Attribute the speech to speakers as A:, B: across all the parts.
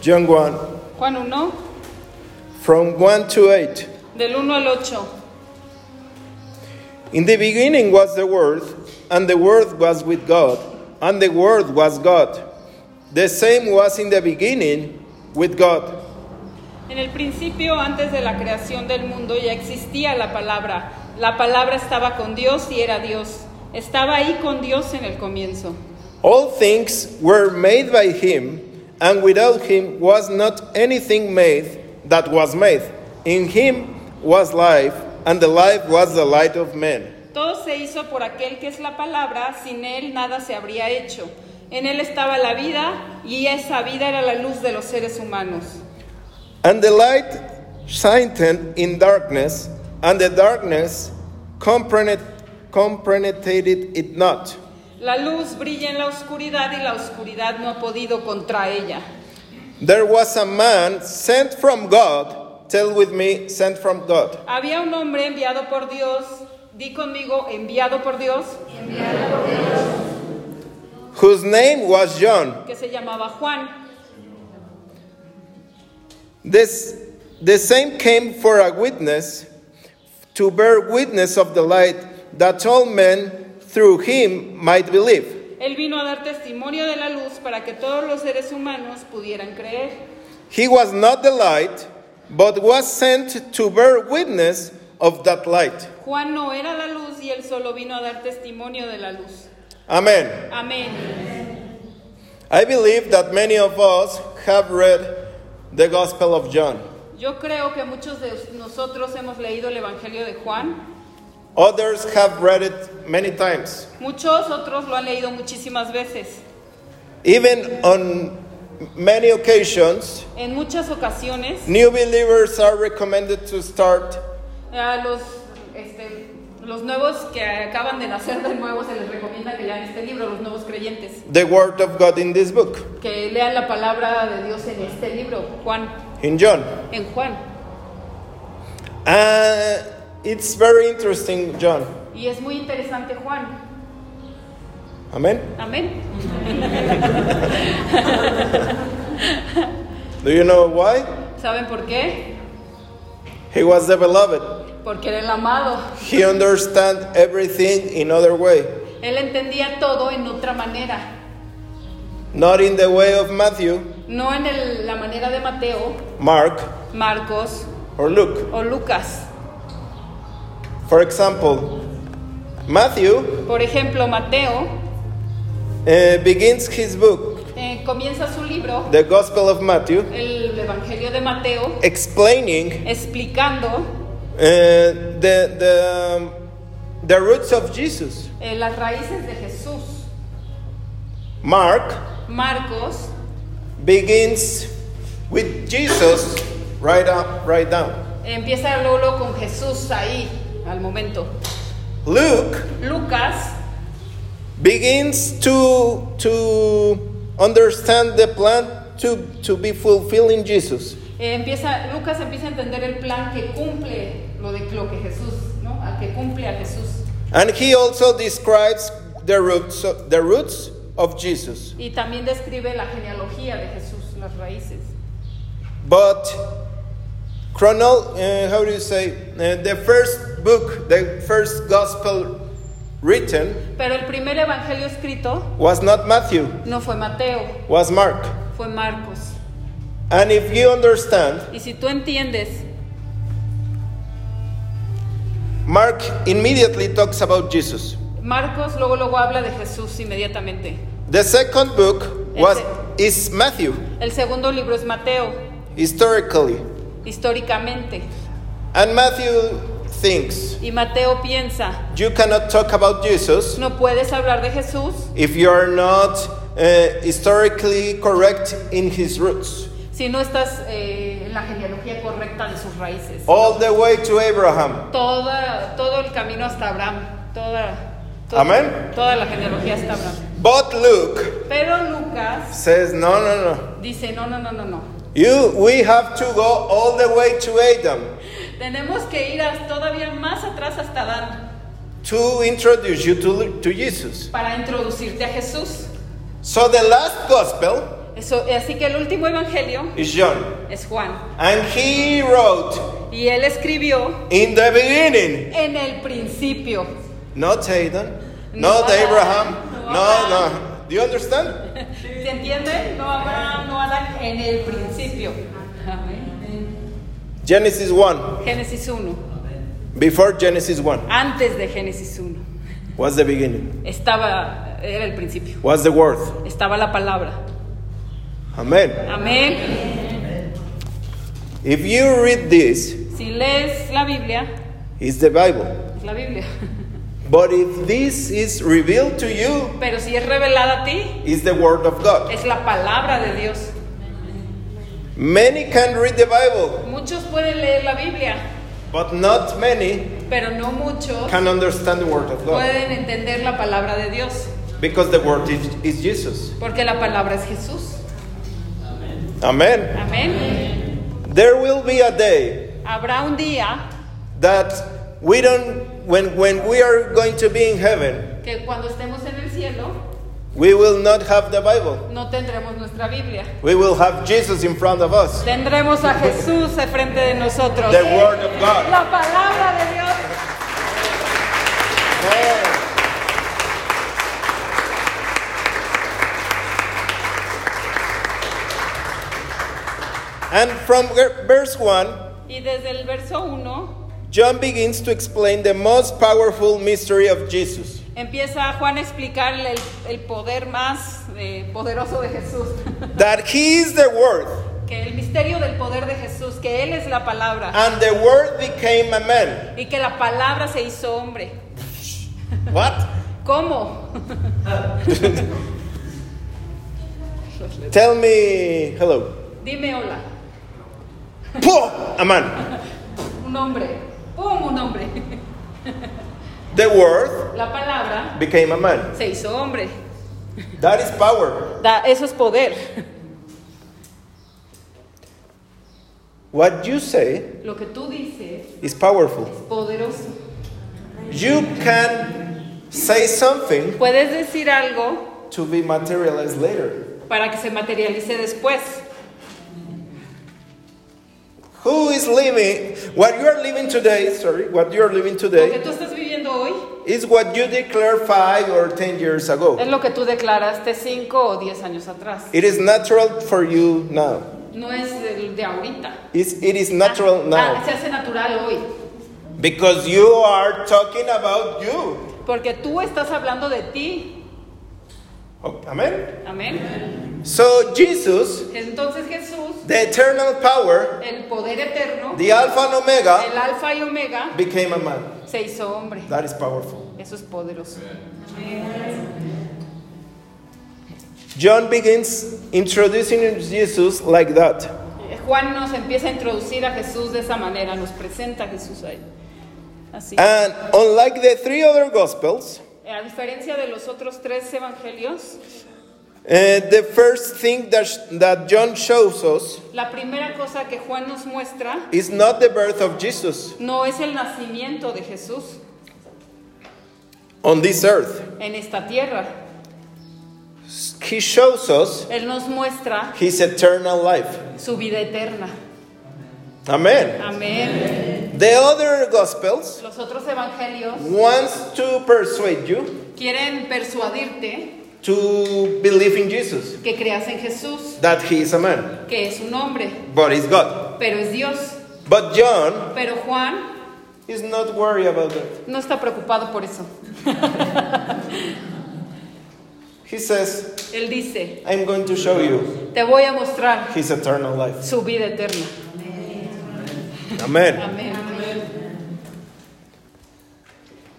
A: John 1,
B: Juan 1,
A: from 1 to 8.
B: del 1 al 8.
A: In the beginning was the Word, and the Word was with God, and the Word was God. The same was in the beginning with God.
B: En el principio, antes de la creación del mundo, ya existía la palabra. La palabra estaba con Dios y era Dios. Estaba ahí con Dios en el comienzo.
A: All things were made by him, and without him was not anything made that was made. In him was life, and the life was the light of men.
B: Todo se hizo por aquel que es la palabra, sin él nada se habría hecho. En él estaba la vida y esa vida era la luz de los seres humanos.
A: And the light shined in darkness, and the darkness comprehended, comprehended it not.
B: La luz brilla en la oscuridad y la oscuridad no ha podido contra ella.
A: There was a man sent from God. Tell with me, sent from God.
B: Había un hombre enviado por Dios, di conmigo, enviado por Dios,
A: Whose name was John.
B: que se llamaba Juan.
A: This, the same came for a witness, to bear witness of the light, that all men through him might believe.
B: Él vino a dar testimonio de la luz para que todos los seres humanos pudieran creer.
A: He was not the light, but was sent to bear witness of that light.
B: Juan no era la luz y él solo vino a dar testimonio de la luz.
A: Amen.
B: Amén.
A: I believe that many of us have read the Gospel of John.
B: Yo creo que muchos de nosotros hemos leído el Evangelio de Juan.
A: Others have read it many times.
B: Muchos otros lo han leído muchísimas veces.
A: Even on many occasions,
B: En muchas ocasiones
A: new believers are recommended to start
B: a los, este, los nuevos que acaban de nacer de nuevo se les recomienda que lean este libro, los nuevos creyentes,
A: the Word of God in this book,
B: que lean la palabra de Dios en este libro, Juan,
A: in John.
B: en Juan.
A: Uh, it's very interesting, John.
B: Y es muy interesante Juan,
A: Amen.
B: Amén.
A: Do you know why?
B: ¿Saben por qué?
A: He was the beloved.
B: Porque era el amado.
A: He understand everything in other way,
B: Él entendía todo en otra manera.
A: not in the way of Matthew,
B: No en el- la manera de Mateo,
A: Mark,
B: Marcos
A: or Luke.
B: o Lucas.
A: For example, Matthew
B: Por ejemplo, Mateo
A: uh, begins his book,
B: eh, comienza su libro,
A: the Gospel of Matthew,
B: el Evangelio de Mateo,
A: explaining
B: explicando
A: uh, the the um, the roots of Jesus.
B: eh, las raíces de Jesús.
A: Mark
B: Marcos
A: begins with Jesus right up, right down.
B: empieza luego, luego con Jesús ahí, al momento.
A: Luke
B: Lucas
A: begins to to understand the plan to to be fulfilling Jesus.
B: Eh, empieza, Lucas empieza a entender el plan que cumple lo de lo que Jesús, ¿no? Al que cumple a Jesús.
A: And he also describes the roots the roots of Jesus.
B: Y también describe la genealogía de Jesús, las raíces.
A: But chronol, uh, how do you say uh, the first book, the first gospel written
B: Pero el primer evangelio escrito
A: was not Matthew,
B: no fue Mateo,
A: was Mark.
B: fue Marcos.
A: And if you understand,
B: Y si tú entiendes,
A: Mark immediately talks about Jesus.
B: Marcos luego luego habla de Jesús inmediatamente.
A: The second book was
B: Ese.
A: is Matthew
B: El segundo libro es Mateo,
A: historically,
B: históricamente.
A: and Matthew thinks
B: Y Mateo piensa,
A: you cannot talk about Jesus
B: no puedes hablar de Jesús
A: if you are not uh, historically correct in his roots,
B: si no estás eh, en la genealogía correcta de sus raíces.
A: all the way to Abraham.
B: toda, todo el camino hasta Abraham, toda, toda-
A: Amén.
B: toda la genealogía hasta Abraham.
A: But Luke
B: Pero Lucas
A: says, no, no, no.
B: dice, no, no, no, no, no.
A: You, we have to go all the way to Adam
B: Tenemos que ir as- todavía más atrás hasta Adán
A: to introduce you to, to Jesus.
B: para introducirte a Jesús.
A: So the last gospel
B: Eso- así que el último evangelio
A: is John.
B: es Juan.
A: And he wrote,
B: Y él escribió
A: In the beginning,
B: en el principio.
A: not Satan,
B: No
A: not
B: Adam,
A: Abraham,
B: no
A: no,
B: Adam.
A: no. Do you understand?
B: ¿Se entiende? No Abraham, no Adán, en el principio. Amén.
A: Genesis 1,
B: Génesis 1.
A: before Genesis 1,
B: Antes de Génesis 1.
A: was the beginning,
B: Estaba, era el principio.
A: was the Word.
B: Estaba la palabra.
A: Amen.
B: Amén.
A: If you read this,
B: Si lees la Biblia,
A: it's the Bible.
B: es la Biblia.
A: But if this is revealed to you,
B: Pero si es revelada a ti,
A: it's the Word of God.
B: es la palabra de Dios.
A: Many can read the Bible,
B: Muchos pueden leer la Biblia,
A: but not many
B: pero no muchos
A: can understand the Word of God.
B: pueden entender la palabra de Dios,
A: Because the Word is, is Jesus.
B: porque la palabra es Jesús.
A: Amen.
B: Amén.
A: There will be a day
B: Habrá un día
A: that we don't, when, when we are going to be in heaven,
B: que cuando estemos en el cielo
A: we will not have the Bible.
B: no tendremos nuestra Biblia.
A: We will have Jesus in front of us,
B: Tendremos a Jesús de frente de nosotros.
A: the Word of God.
B: La palabra de Dios.
A: And from ver- verse 1,
B: Y desde el verso 1
A: John begins to explain the most powerful mystery of Jesus.
B: empieza Juan a explicarle el, el poder más eh, poderoso de Jesús.
A: That he is the Word,
B: que el misterio del poder de Jesús, que Él es la palabra.
A: and the Word became a man.
B: Y que la palabra se hizo hombre.
A: What?
B: ¿Cómo?
A: Tell me hello.
B: Dime hola.
A: Pooh! A man.
B: Un hombre. ¡Pum! Un hombre.
A: The Word
B: La palabra
A: became a man.
B: se hizo hombre.
A: That is power.
B: Da- eso es poder.
A: What you say
B: Lo que tú dices
A: is powerful.
B: es poderoso.
A: You can say something
B: Puedes decir algo
A: to be materialized later.
B: para que se materialice después.
A: Who is living? What you are living today, sorry, what you are living
B: Lo que
A: today
B: tú estás viviendo hoy
A: is what you declared five or ten years
B: es
A: ago.
B: lo que tú declaraste 5 o 10 años atrás.
A: It is natural for you now.
B: No es el de ahorita.
A: It's, it is natural
B: Ah,
A: now
B: se hace natural hoy.
A: because you are talking about you.
B: Porque tú estás hablando de ti.
A: Oh, Amen.
B: Amén.
A: So, Jesus,
B: Entonces Jesús,
A: the eternal power,
B: el poder eterno,
A: the Alpha and Omega,
B: el alfa y omega,
A: became a man.
B: se hizo hombre.
A: That is powerful.
B: Eso es poderoso.
A: John begins introducing Jesus like that.
B: Eh, Juan nos empieza a introducir a Jesús de esa manera, nos presenta a Jesús ahí. Así.
A: And unlike the three other Gospels,
B: A diferencia de los otros tres evangelios,
A: uh, the first thing that, that John shows us
B: la primera cosa que Juan nos muestra
A: is not the birth of Jesus
B: no es el nacimiento de Jesús
A: on this earth.
B: en esta tierra.
A: He shows us
B: Él nos muestra
A: his eternal life.
B: su vida eterna.
A: Amen.
B: Amén.
A: The other Gospels
B: Los otros evangelios
A: wants to persuade you
B: quieren persuadirte
A: to believe in Jesus,
B: que creas en Jesús,
A: that he is a man,
B: que es un hombre,
A: but he's God.
B: pero es Dios.
A: But John
B: Pero Juan
A: is not worried about that.
B: no está preocupado por eso.
A: He says,
B: Él dice,
A: I'm going to show you
B: te voy a mostrar
A: his eternal life.
B: su vida eterna.
A: Amen.
B: Amén.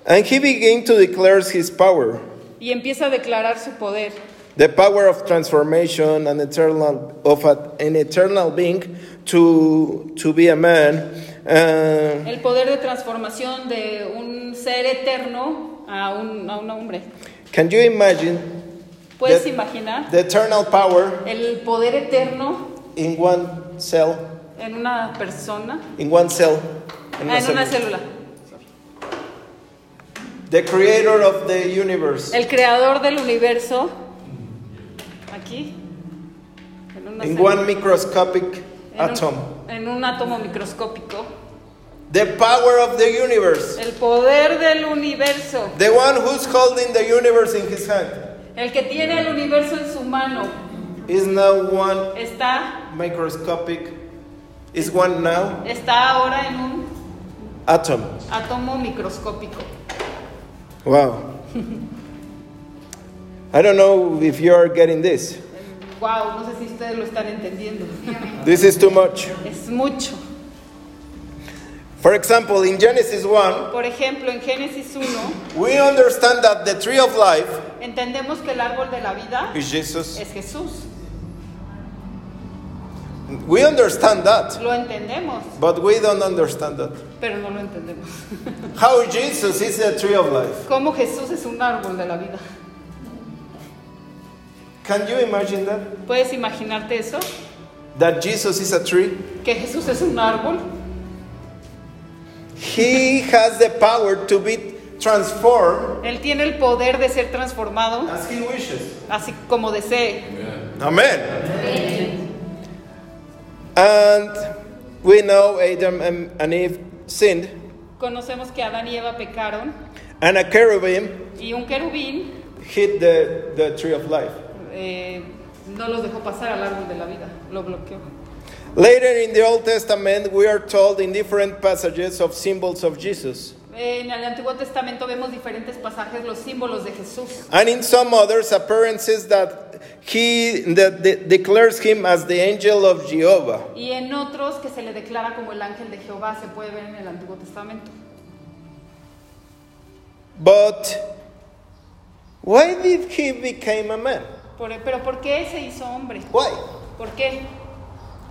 A: And he began to declare his power,
B: Y empieza a declarar su poder,
A: the power of transformation and eternal of a- an eternal being to to be a man. Uh,
B: el poder de transformación de un ser eterno a un, a un hombre.
A: can you imagine
B: ¿Puedes
A: De-
B: imaginar
A: the eternal power
B: el poder eterno
A: in one cell,
B: en una persona,
A: in one cell,
B: Ah,
A: in
B: en
A: one
B: una
A: cell.
B: célula?
A: the creator of the universe,
B: El creador del universo, aquí, en, una
A: in
B: célula-
A: one microscopic
B: en un-
A: atom.
B: en un átomo microscópico.
A: The power of the universe.
B: El poder del universo,
A: The one who's holding the universe in his hand
B: el que tiene el universo en su mano,
A: is now one
B: está,
A: microscopic, is one now
B: está ahora en un
A: atom.
B: átomo microscópico.
A: Wow. I don't know if you are getting this.
B: Wow, no sé si ustedes lo están entendiendo.
A: This is too much.
B: Es mucho.
A: For example, in Genesis 1,
B: Por ejemplo, en Génesis 1
A: we understand that the tree of life
B: entendemos que el árbol de la vida
A: is Jesus.
B: es Jesús.
A: We understand that,
B: Lo entendemos,
A: but we don't understand that.
B: pero no lo entendemos.
A: How Jesus is the tree of life.
B: Cómo Jesús es un árbol de la vida.
A: Can you imagine that?
B: ¿Puedes imaginarte eso?
A: That Jesus is a tree?
B: Que Jesús es un árbol.
A: He has the power to be transformed
B: Él tiene el poder de ser transformado
A: as he wishes.
B: así como desee.
A: Amen. And we know Adam and and Eve sinned,
B: Conocemos que Adán y Eva pecaron
A: and a cherubim
B: y un querubín
A: hid the, the tree of life.
B: eh, no los dejó pasar al árbol de la vida, lo bloqueó.
A: Later in the Old Testament, we are told in different passages of symbols of Jesus.
B: En el Antiguo Testamento vemos diferentes pasajes, los símbolos de Jesús.
A: And in some others appearances that he that de- declares him as the angel of Jehovah.
B: Y en otros que se le declara como el ángel de Jehová, se puede ver en el Antiguo Testamento.
A: But why did he become a man?
B: Por- pero ¿por qué se hizo hombre?
A: Why?
B: ¿Por qué?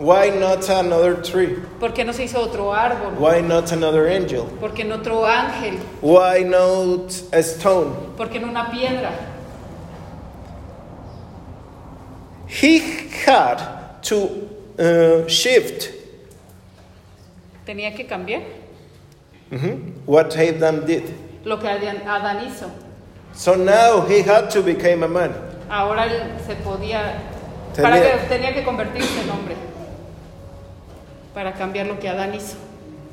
A: Why not another tree?
B: ¿Por qué no se hizo otro árbol?
A: Why not another angel?
B: ¿Por qué no otro ángel?
A: Why not a stone?
B: ¿Por qué no una piedra?
A: He had to uh, shift
B: Tenía que cambiar
A: what Adam did.
B: lo que Adán, Adán hizo.
A: So now he had to become a man.
B: Ahora él se podía...
A: Tenía-
B: Para que, tenía que convertirse en hombre. Para cambiar lo que Adán hizo.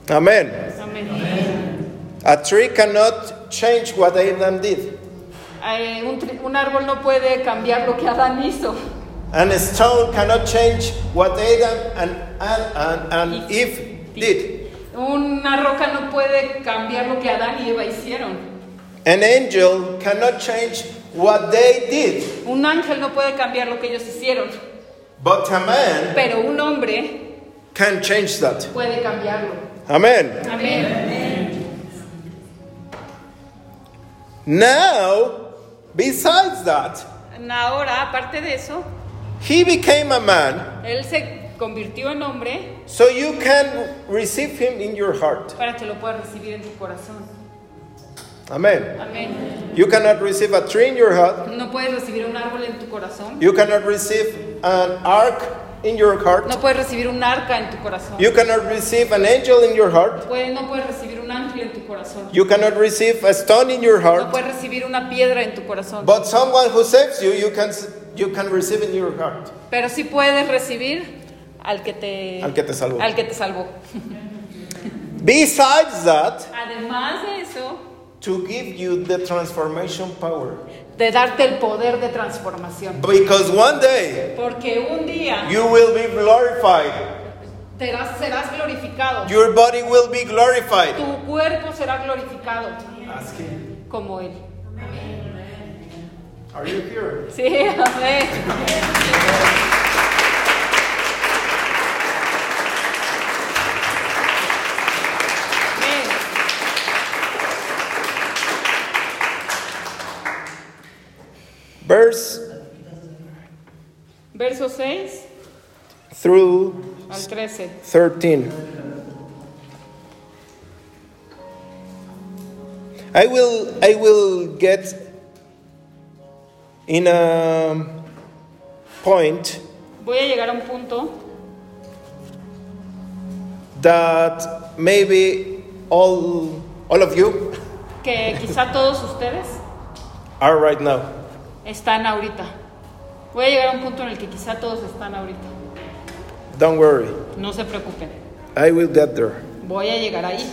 A: Amen.
B: Amén.
A: A tree cannot change what Adam did.
B: Eh, un, tri- un árbol no puede cambiar lo que Adán hizo.
A: And a stone cannot change what Adam and, and, and, and Eve did.
B: Una roca no puede cambiar lo que Adán y Eva hicieron.
A: An angel cannot change what they did,
B: Un ángel no puede cambiar lo que ellos hicieron.
A: but a man
B: Pero un hombre
A: can change that.
B: puede cambiarlo.
A: Amen.
B: Amén.
A: Now, besides that,
B: Ahora, aparte de eso,
A: he became a man
B: él se convirtió en hombre
A: so you can receive him in your heart.
B: para que lo puedas recibir en tu corazón.
A: Amen.
B: Amén.
A: You cannot receive a tree in your heart.
B: No puedes recibir un árbol en tu corazón.
A: You cannot receive an ark in your heart.
B: No puedes recibir un arca en tu corazón.
A: You cannot receive an angel in your heart.
B: Puede- no puedes recibir un ángel en tu corazón.
A: You cannot receive a stone in your
B: No
A: heart.
B: puedes recibir una piedra en tu corazón.
A: But someone who saves you, you can, you can receive in your heart.
B: Pero sí puedes recibir al que te,
A: Al que te salvó.
B: al que te salvó.
A: Besides that,
B: Además de eso,
A: to give you the transformation power.
B: de darte el poder de transformación.
A: Because one day
B: Porque un día
A: you will be glorified.
B: serás, serás glorificado.
A: Your body will be glorified.
B: Tu cuerpo será glorificado
A: Ask him,
B: como Él.
A: are you here?
B: Sí, amén. Amén.
A: Verse
B: Verso 6
A: through
B: al 13.
A: 13. I will I will get in a point
B: Voy a llegar a un punto
A: that maybe all all of you
B: que quizá todos ustedes
A: are right now.
B: están ahorita. Voy a llegar a un punto en el que quizá todos están ahorita.
A: Don't worry,
B: No se preocupen.
A: I will get there.
B: Voy a llegar ahí.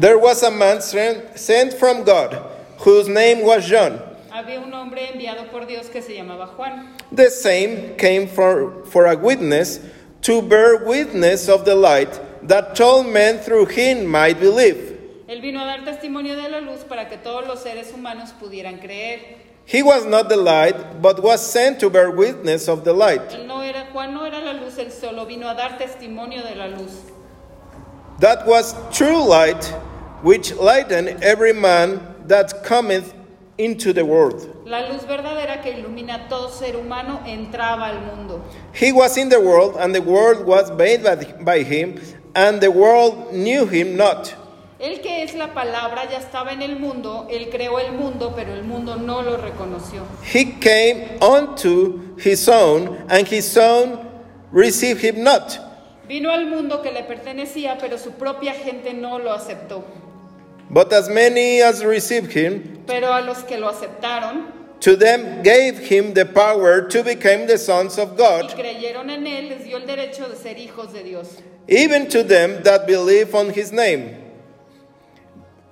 A: There was a man sent sent from God whose name was John.
B: Había un hombre enviado por Dios que se llamaba Juan.
A: The same came for, for a witness to bear witness of the light that all men through him might believe.
B: Él vino a dar testimonio de la luz para que todos los seres humanos pudieran creer.
A: He was not the light, but was sent to bear witness of the light.
B: Él no era, Juan no era la luz, él solo vino a dar testimonio de la luz.
A: That was true light, which lightened every man that cometh into the world.
B: La luz verdadera que ilumina a todo ser humano entraba al mundo.
A: He was in the world, and the world was made by, by him, and the world knew him not.
B: Él que es la palabra ya estaba en el mundo, él creó el mundo, pero el mundo no lo reconoció.
A: He came unto his own, and his own received him not.
B: Vino al mundo que le pertenecía, pero su propia gente no lo aceptó.
A: But as many as received him,
B: Pero a los que lo aceptaron
A: to them gave him the power to become the sons of
B: y
A: God,
B: creyeron en él, les dio el derecho de ser hijos de Dios.
A: even to them that believe on his name,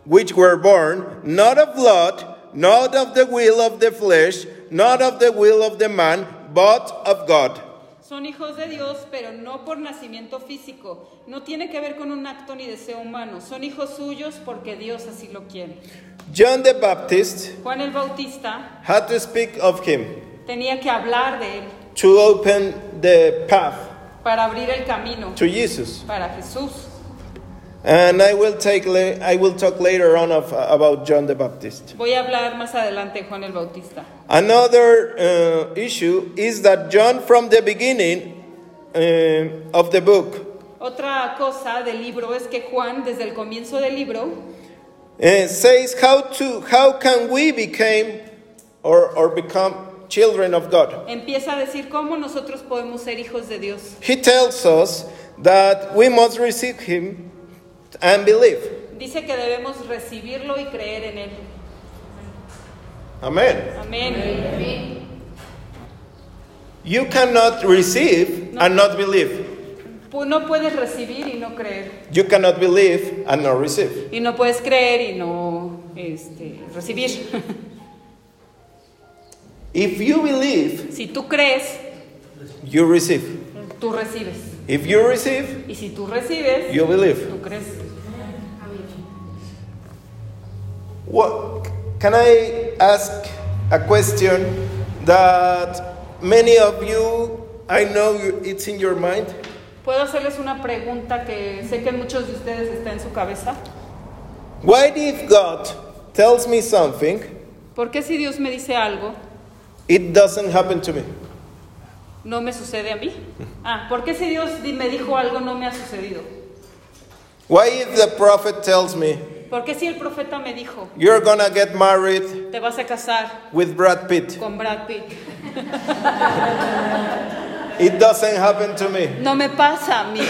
A: which were born not of blood, not of the will of the flesh, not of the will of the man, but of God.
B: Son hijos de Dios, pero no por nacimiento físico. No tiene que ver con un acto ni deseo humano. Son hijos suyos porque Dios así lo quiere.
A: John the Baptist
B: Juan el Bautista
A: had to speak of him
B: tenía que hablar de él
A: to open the path
B: para abrir el camino
A: to Jesus.
B: para Jesús.
A: And I will, take la- I will talk later on of, about John the Baptist.
B: Voy a hablar más adelante de Juan el Bautista.
A: Another uh, issue is that John, from the beginning um, of the book,
B: Otra cosa del libro es que Juan, desde el comienzo del libro,
A: uh, says how, to, how can we become or, or become children of God.
B: empieza a decir cómo nosotros podemos ser hijos de Dios.
A: He tells us that we must receive him and believe.
B: Dice que debemos recibirlo y creer en él.
A: Amen.
B: Amén.
A: You cannot receive and not believe.
B: Pu- No puedes recibir y no creer.
A: You cannot believe and not receive.
B: Y no puedes creer y no este, recibir.
A: If you believe,
B: si tú crees,
A: you receive.
B: tú recibes.
A: If you receive,
B: Y si tú recibes,
A: you believe.
B: tú crees.
A: What can I ask a question that many of you I know you- it's in your mind?
B: Puedo hacerles una pregunta que sé que en muchos de ustedes está en su cabeza.
A: Why if God tells me something,
B: ¿Por qué si Dios me dice algo,
A: it doesn't happen to me?
B: no me sucede a mí? Ah, ¿por qué si Dios di- me dijo algo, no me ha sucedido?
A: Why if the prophet tells me
B: ¿Por qué si el profeta me dijo,
A: you're gonna get married
B: te vas a casar
A: with Brad Pitt,
B: con Brad Pitt?
A: it doesn't happen to me?
B: No me pasa a mí.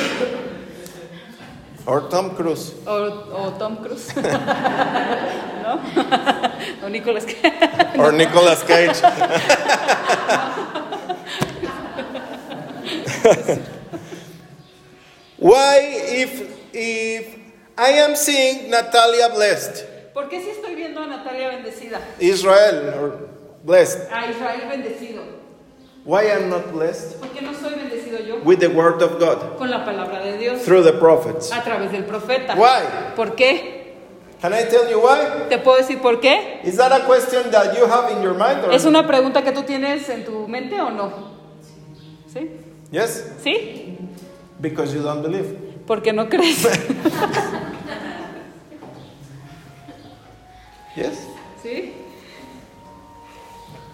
A: Or Tom Cruise?
B: O, o Tom Cruise. ¿No? o Nicolas Cage.
A: Or Nicolas Cage? Why, if if I am seeing Natalia blessed,
B: ¿Por qué si estoy viendo a Natalia bendecida?
A: Israel or blessed,
B: A Israel bendecido.
A: why I'm not blessed
B: ¿Por qué no soy bendecido yo?
A: with the word of God
B: Con la palabra de Dios.
A: through the prophets?
B: A través del profeta.
A: Why?
B: ¿Por qué?
A: Can I tell you why?
B: ¿Te puedo decir por qué?
A: Is that a question that you have in your mind? Or
B: ¿Es una pregunta que tú tienes en tu mente o no? ¿Sí?
A: Yes,
B: ¿Sí?
A: because you don't believe.
B: Porque no crees.
A: Yes.
B: ¿Sí?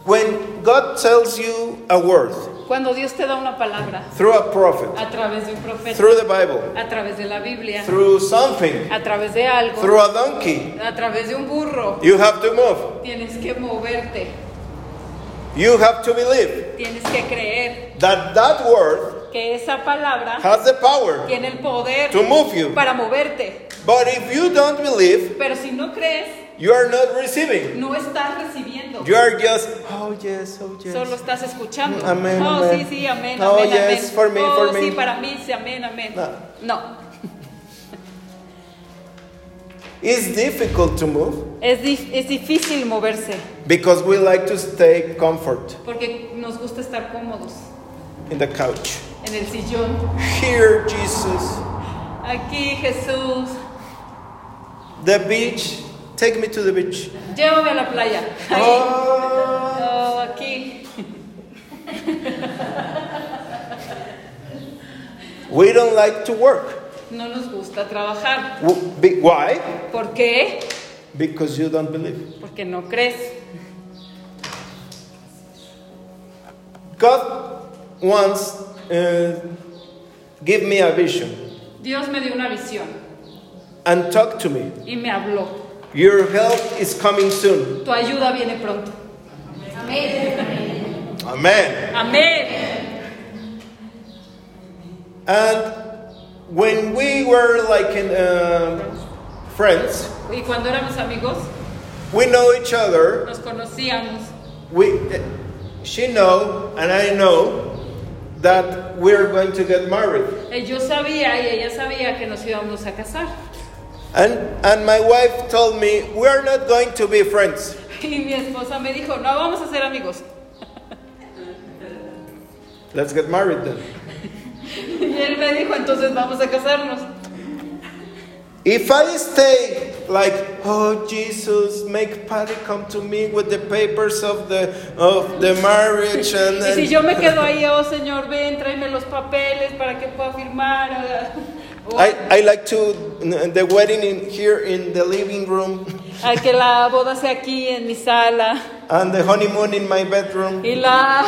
A: When God tells you a word
B: Cuando Dios te da una palabra
A: through a prophet,
B: a través de un profeta,
A: through the Bible,
B: a través de la Biblia,
A: through something,
B: a través de algo,
A: through a donkey,
B: a través de un burro,
A: you have to move.
B: tienes que moverte,
A: You have to believe
B: tienes que creer
A: that that word
B: que esa palabra
A: has the power
B: tiene el poder
A: to move you.
B: para moverte.
A: But if you don't believe,
B: Pero si no crees,
A: you are not receiving.
B: no estás recibiendo.
A: You are just, oh yes, oh yes.
B: Solo estás escuchando.
A: Mm, amén,
B: oh,
A: amén.
B: sí, sí, amén,
A: Oh,
B: amén, amén.
A: yes, for me,
B: oh,
A: for me.
B: sí, para mí, sí, amén, amén.
A: No.
B: no.
A: It's difficult to move
B: Es, dif- es difícil moverse
A: because we like to stay comfort
B: porque nos gusta estar cómodos
A: in the couch.
B: en el sillón.
A: Here, Jesus,
B: Aquí Jesús,
A: the beach, take me to the beach.
B: llévame a la playa. Ahí.
A: Oh,
B: Oh, aquí.
A: we don't like to work.
B: No nos gusta trabajar.
A: W- be- Why?
B: ¿Por qué?
A: Because you don't believe.
B: Porque no crees.
A: God once uh, give me a vision
B: Dios me dio una visión
A: and talk to me.
B: y me habló.
A: Your help is coming soon.
B: Tu ayuda viene pronto.
A: Amen.
B: Amén.
A: And when we were like in, um, friends,
B: Y cuando éramos amigos,
A: we know each other.
B: nos conocíamos.
A: We, uh, she know and I know that we're going to get married.
B: Eh, Yo sabía y ella sabía que nos íbamos a casar.
A: And and my wife told me we are not going to be friends.
B: Y mi esposa me dijo, no vamos a ser amigos.
A: Let's get married then.
B: Y él me dijo, entonces vamos a casarnos.
A: If I stay like, oh Jesus, make Patty come to me with the papers of the of the marriage and,
B: Y si
A: and-
B: yo me quedo ahí, oh señor, ven, tráeme los papeles para que pueda firmar. O-
A: I, I like to the wedding in here in the living room
B: a que la boda sea aquí en mi sala.
A: and the honeymoon in my bedroom.
B: Y la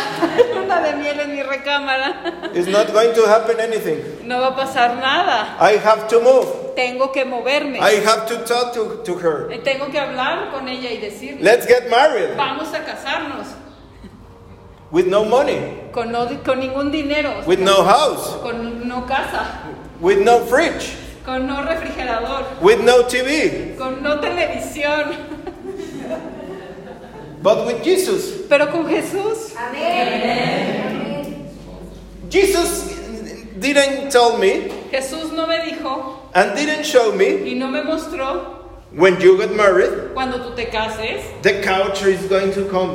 B: luna de miel en mi recámara.
A: It's not going to happen anything.
B: No va a pasar nada.
A: I have to move.
B: Tengo que moverme. Eh,
A: I have to talk to, to her.
B: Tengo que hablar con ella y decirle,
A: Let's get married
B: vamos a casarnos.
A: with no money,
B: Con, no- con ningún dinero.
A: with no house,
B: Con no casa.
A: with no fridge,
B: Con no refrigerador.
A: with no TV,
B: Con no televisión.
A: but with Jesus.
B: Pero con Jesús.
A: Jesus didn't tell me
B: Jesús no me dijo
A: and didn't show me
B: y no me mostró
A: when you get married,
B: cuando tú te cases.
A: the couch is going to come,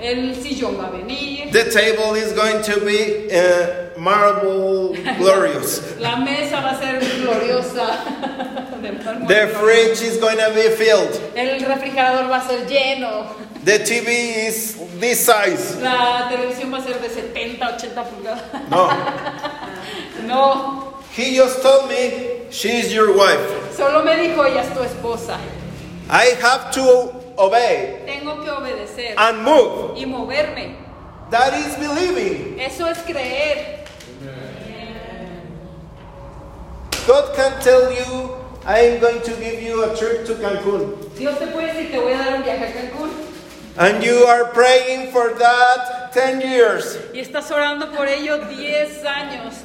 B: El sillón va a venir.
A: the table is going to be uh, marble glorious,
B: La mesa va a ser gloriosa. de
A: the
B: mármol blanco.
A: fridge is going to be filled,
B: El refrigerador va a ser lleno.
A: the TV is this size.
B: La televisión va a ser de 70, 80 pulgadas.
A: No,
B: No,
A: he just told me she's your wife.
B: solo me dijo ella es tu esposa.
A: I have to obey
B: Tengo que obedecer
A: and move.
B: y moverme.
A: That is believing.
B: Eso es creer.
A: God can tell you, I am going to give you a trip to Cancun.
B: Dios te puede decir, te voy a dar un viaje a Cancún.
A: And you are praying for that 10 years
B: Y estás orando por ello 10 años.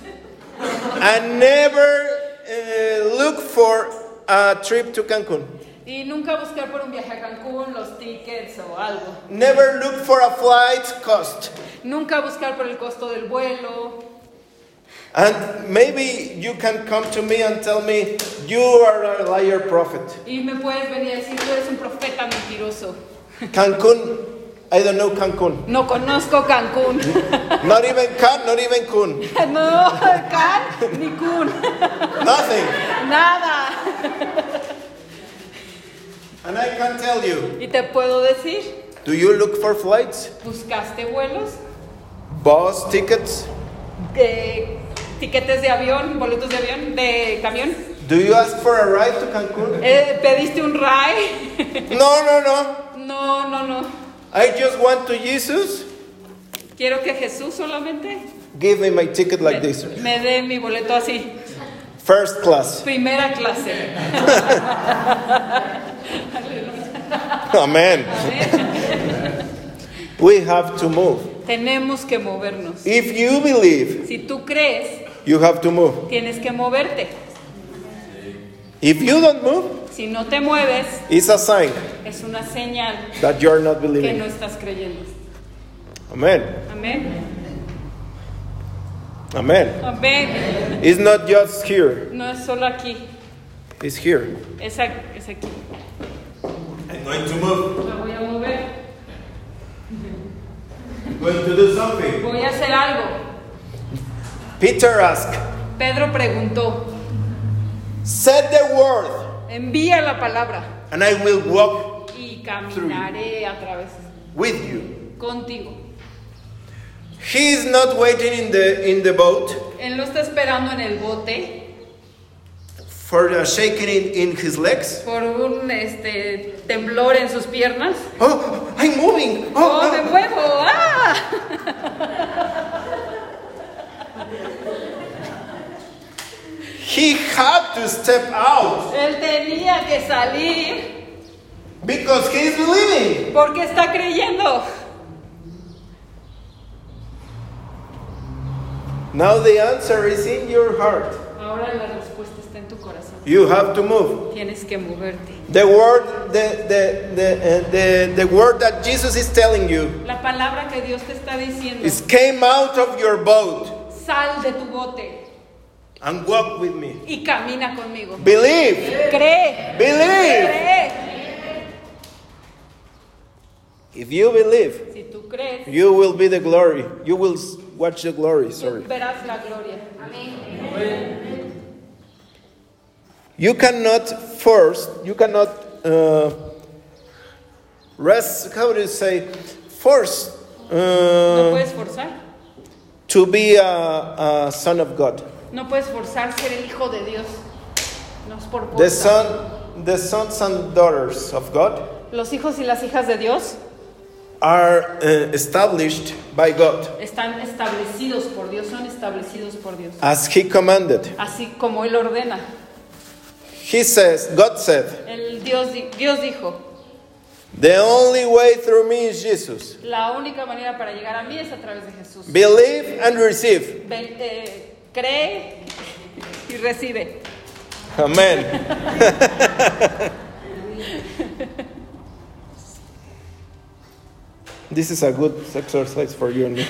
A: and never uh, look for a trip to Cancun.
B: Y nunca buscar por un viaje a Cancún, los tickets o algo.
A: Never look for a flight cost.
B: Nunca buscar por el costo del vuelo.
A: And maybe you can come to me and tell me you are a liar prophet.
B: Y me puedes venir a decir, tú eres un profeta mentiroso.
A: Cancun, I don't know Cancun.
B: No conozco Cancún.
A: Not even Can, not even Kun.
B: No, Can ni Kun.
A: Nothing.
B: Nada.
A: And I can tell you,
B: Y te puedo decir,
A: do you look for flights,
B: buscaste vuelos,
A: bus tickets?
B: eh, tiquetes de avión, boletos de avión, de camión.
A: Do you ask for a ride to Cancun?
B: Eh, ¿Pediste un ride?
A: No, no, no.
B: No, no, no.
A: I just want to Jesus.
B: Quiero que Jesús solamente
A: Give me my ticket like
B: me,
A: this.
B: me dé mi boleto así.
A: First class.
B: Primera clase.
A: Amen. We have to move.
B: Tenemos que movernos.
A: If you believe,
B: Si tú crees,
A: you have to move.
B: tienes que moverte.
A: If you don't move,
B: Si no te mueves,
A: It's a sign
B: es una señal
A: that you're not
B: que no
A: believing.
B: estás creyendo.
A: Amen.
B: Amén.
A: Amen.
B: Amén.
A: It's not just here,
B: No es solo aquí,
A: it's here.
B: es, ac- es aquí.
C: I'm going to move.
B: La voy a mover.
C: I'm going to do something.
B: Voy a hacer algo.
A: Peter asked,
B: Pedro preguntó,
A: Said the word,
B: envía la palabra
A: and I will walk
B: y caminaré a través
A: with you.
B: contigo.
A: He is not waiting in the in the boat
B: Él lo está esperando en el bote
A: for a shaking in, in his legs.
B: por un este, temblor en sus piernas.
A: Oh, I'm moving.
B: ¡Oh, me
A: Oh,
B: muevo! ¡Ah!
A: he had to step out
B: Él tenía que salir
A: because he is believing.
B: porque está creyendo.
A: Now the answer is in your heart.
B: Ahora la respuesta está en tu corazón.
A: You have to move.
B: Tienes que moverte.
A: The word, the, the, the, uh, the, the word that Jesus is telling you
B: La palabra que Dios te está diciendo,
A: is came out of your boat
B: sal de tu bote
A: and walk with me.
B: y camina conmigo.
A: Believe,
B: Cree,
A: believe.
B: cree.
A: If you believe,
B: Si tú crees,
A: you will be the glory. You will s- watch the glory. Sorry.
B: verás la gloria.
A: You cannot force. You cannot uh, rest. How do you say? Force
B: No
A: uh,
B: puedes forzar.
A: to be a, a son of God.
B: No puedes forzar ser el hijo de Dios. No es por
A: The
B: fuerza.
A: son, the sons and daughters of God.
B: Los hijos y las hijas de Dios
A: are uh, established by God
B: están establecidos por Dios, son establecidos por Dios.
A: as he commanded.
B: Así como Él ordena.
A: He says, God said,
B: El Dios, di- Dios dijo,
A: the only way through me is Jesus.
B: la única manera para llegar a mí es a través de Jesús.
A: Believe and receive.
B: Ve- eh, cree y recibe.
A: Amen. this is a good exercise for you and me.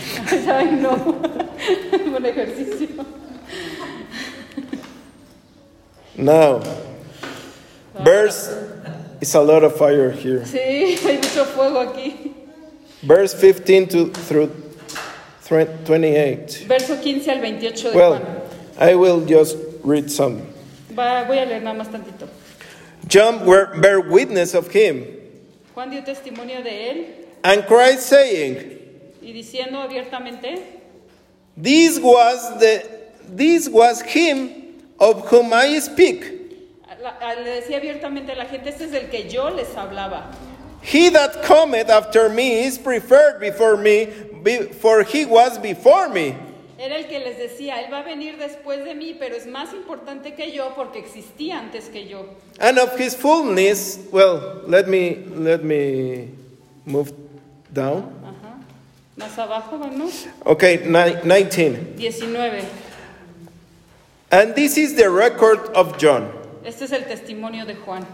B: Ay, no. Buen ejercicio.
A: Now, verse is a lot of fire here.
B: Sí, hay mucho fuego aquí.
A: Verse 15 to through thre- 28.
B: Verso 15 al 28 de Juan.
A: Well, I will just read some.
B: Va- voy a leer nada más tantito.
A: John were, bear witness of him,
B: Juan dio testimonio de él
A: and cried, saying,
B: y diciendo abiertamente,
A: "This was the, this was him of whom I speak.
B: a la- a- le decía abiertamente a la gente, este es el que yo les hablaba.
A: He that cometh after me is preferred before me, be- for he was before me.
B: Era el que les decía, él va a venir después de mí, pero es más importante que yo porque existía antes que yo.
A: And of his fullness, well, let me let me move down.
B: Ajá. Más abajo, ¿no?
A: Okay, ni- 19.
B: 19.
A: And this is the record of John."
B: Este es el testimonio de Juan.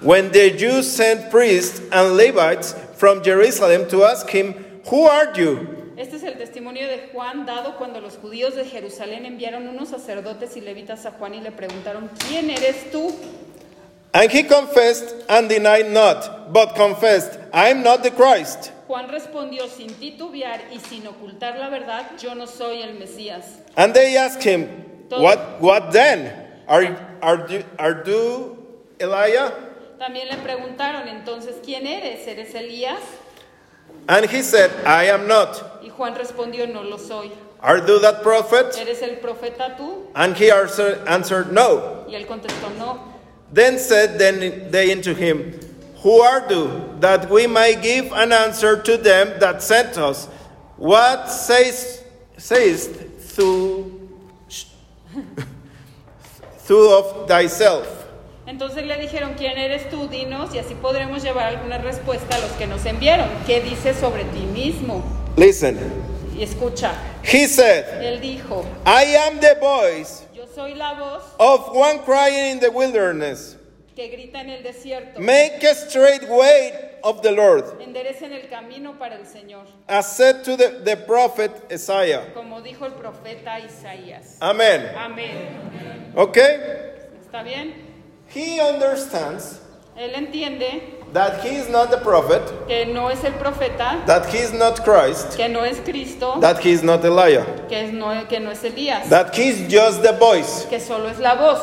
A: When the Jews sent priests and Levites from Jerusalem to ask him, Who are you?
B: Este es el testimonio de Juan dado cuando los judíos de Jerusalén enviaron unos sacerdotes y levitas a Juan y le preguntaron, ¿quién eres tú?
A: And he confessed and denied not, but confessed, I am not the Christ.
B: Juan respondió sin titubear y sin ocultar la verdad, yo no soy el Mesías.
A: And they asked him, What, what then? Are, are, you, are you Elijah?
B: También le preguntaron entonces, ¿quién eres? ¿Eres Elías?
A: And he said, I am not.
B: Y Juan respondió, no lo soy.
A: Are you that prophet?
B: ¿Eres el profeta tú?
A: And he answer, answered, No.
B: Y él contestó, no.
A: Then said then they unto him, Who are you, that we may give an answer to them that sent us? What sayest, sayest thou, thou of thyself?
B: Entonces le dijeron, ¿quién eres tú? Dinos y así podremos llevar alguna respuesta a los que nos enviaron. ¿Qué dices sobre ti mismo?
A: Listen.
B: Y escucha,
A: He said,
B: él dijo,
A: I am the voice
B: yo soy la voz
A: of one crying in the wilderness.
B: que grita en el desierto.
A: Make a straight way of the Lord,
B: Enderecen el camino para el Señor,
A: as said to the, the prophet Isaiah.
B: como dijo el profeta Isaías.
A: Amen.
B: Amén.
A: Okay?
B: ¿Está bien?
A: He understands
B: Él entiende
A: that he is not the prophet,
B: que no es el profeta,
A: that he is not Christ,
B: que no es Cristo,
A: that he is not Elijah,
B: que es no, que no es Elías,
A: that he is just the voice,
B: que solo es la voz,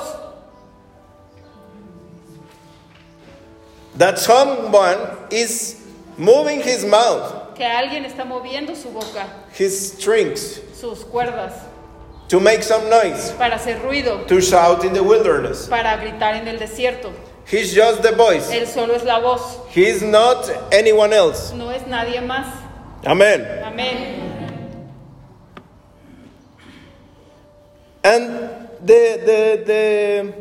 A: that someone is moving his mouth,
B: que alguien está moviendo su boca,
A: his strings,
B: sus cuerdas,
A: to make some noise,
B: para hacer ruido,
A: to shout in the wilderness.
B: para gritar en el desierto.
A: He's just the voice.
B: Él solo es la voz,
A: He is not anyone else.
B: no es nadie más.
A: Amen.
B: Amén.
A: And the, the, the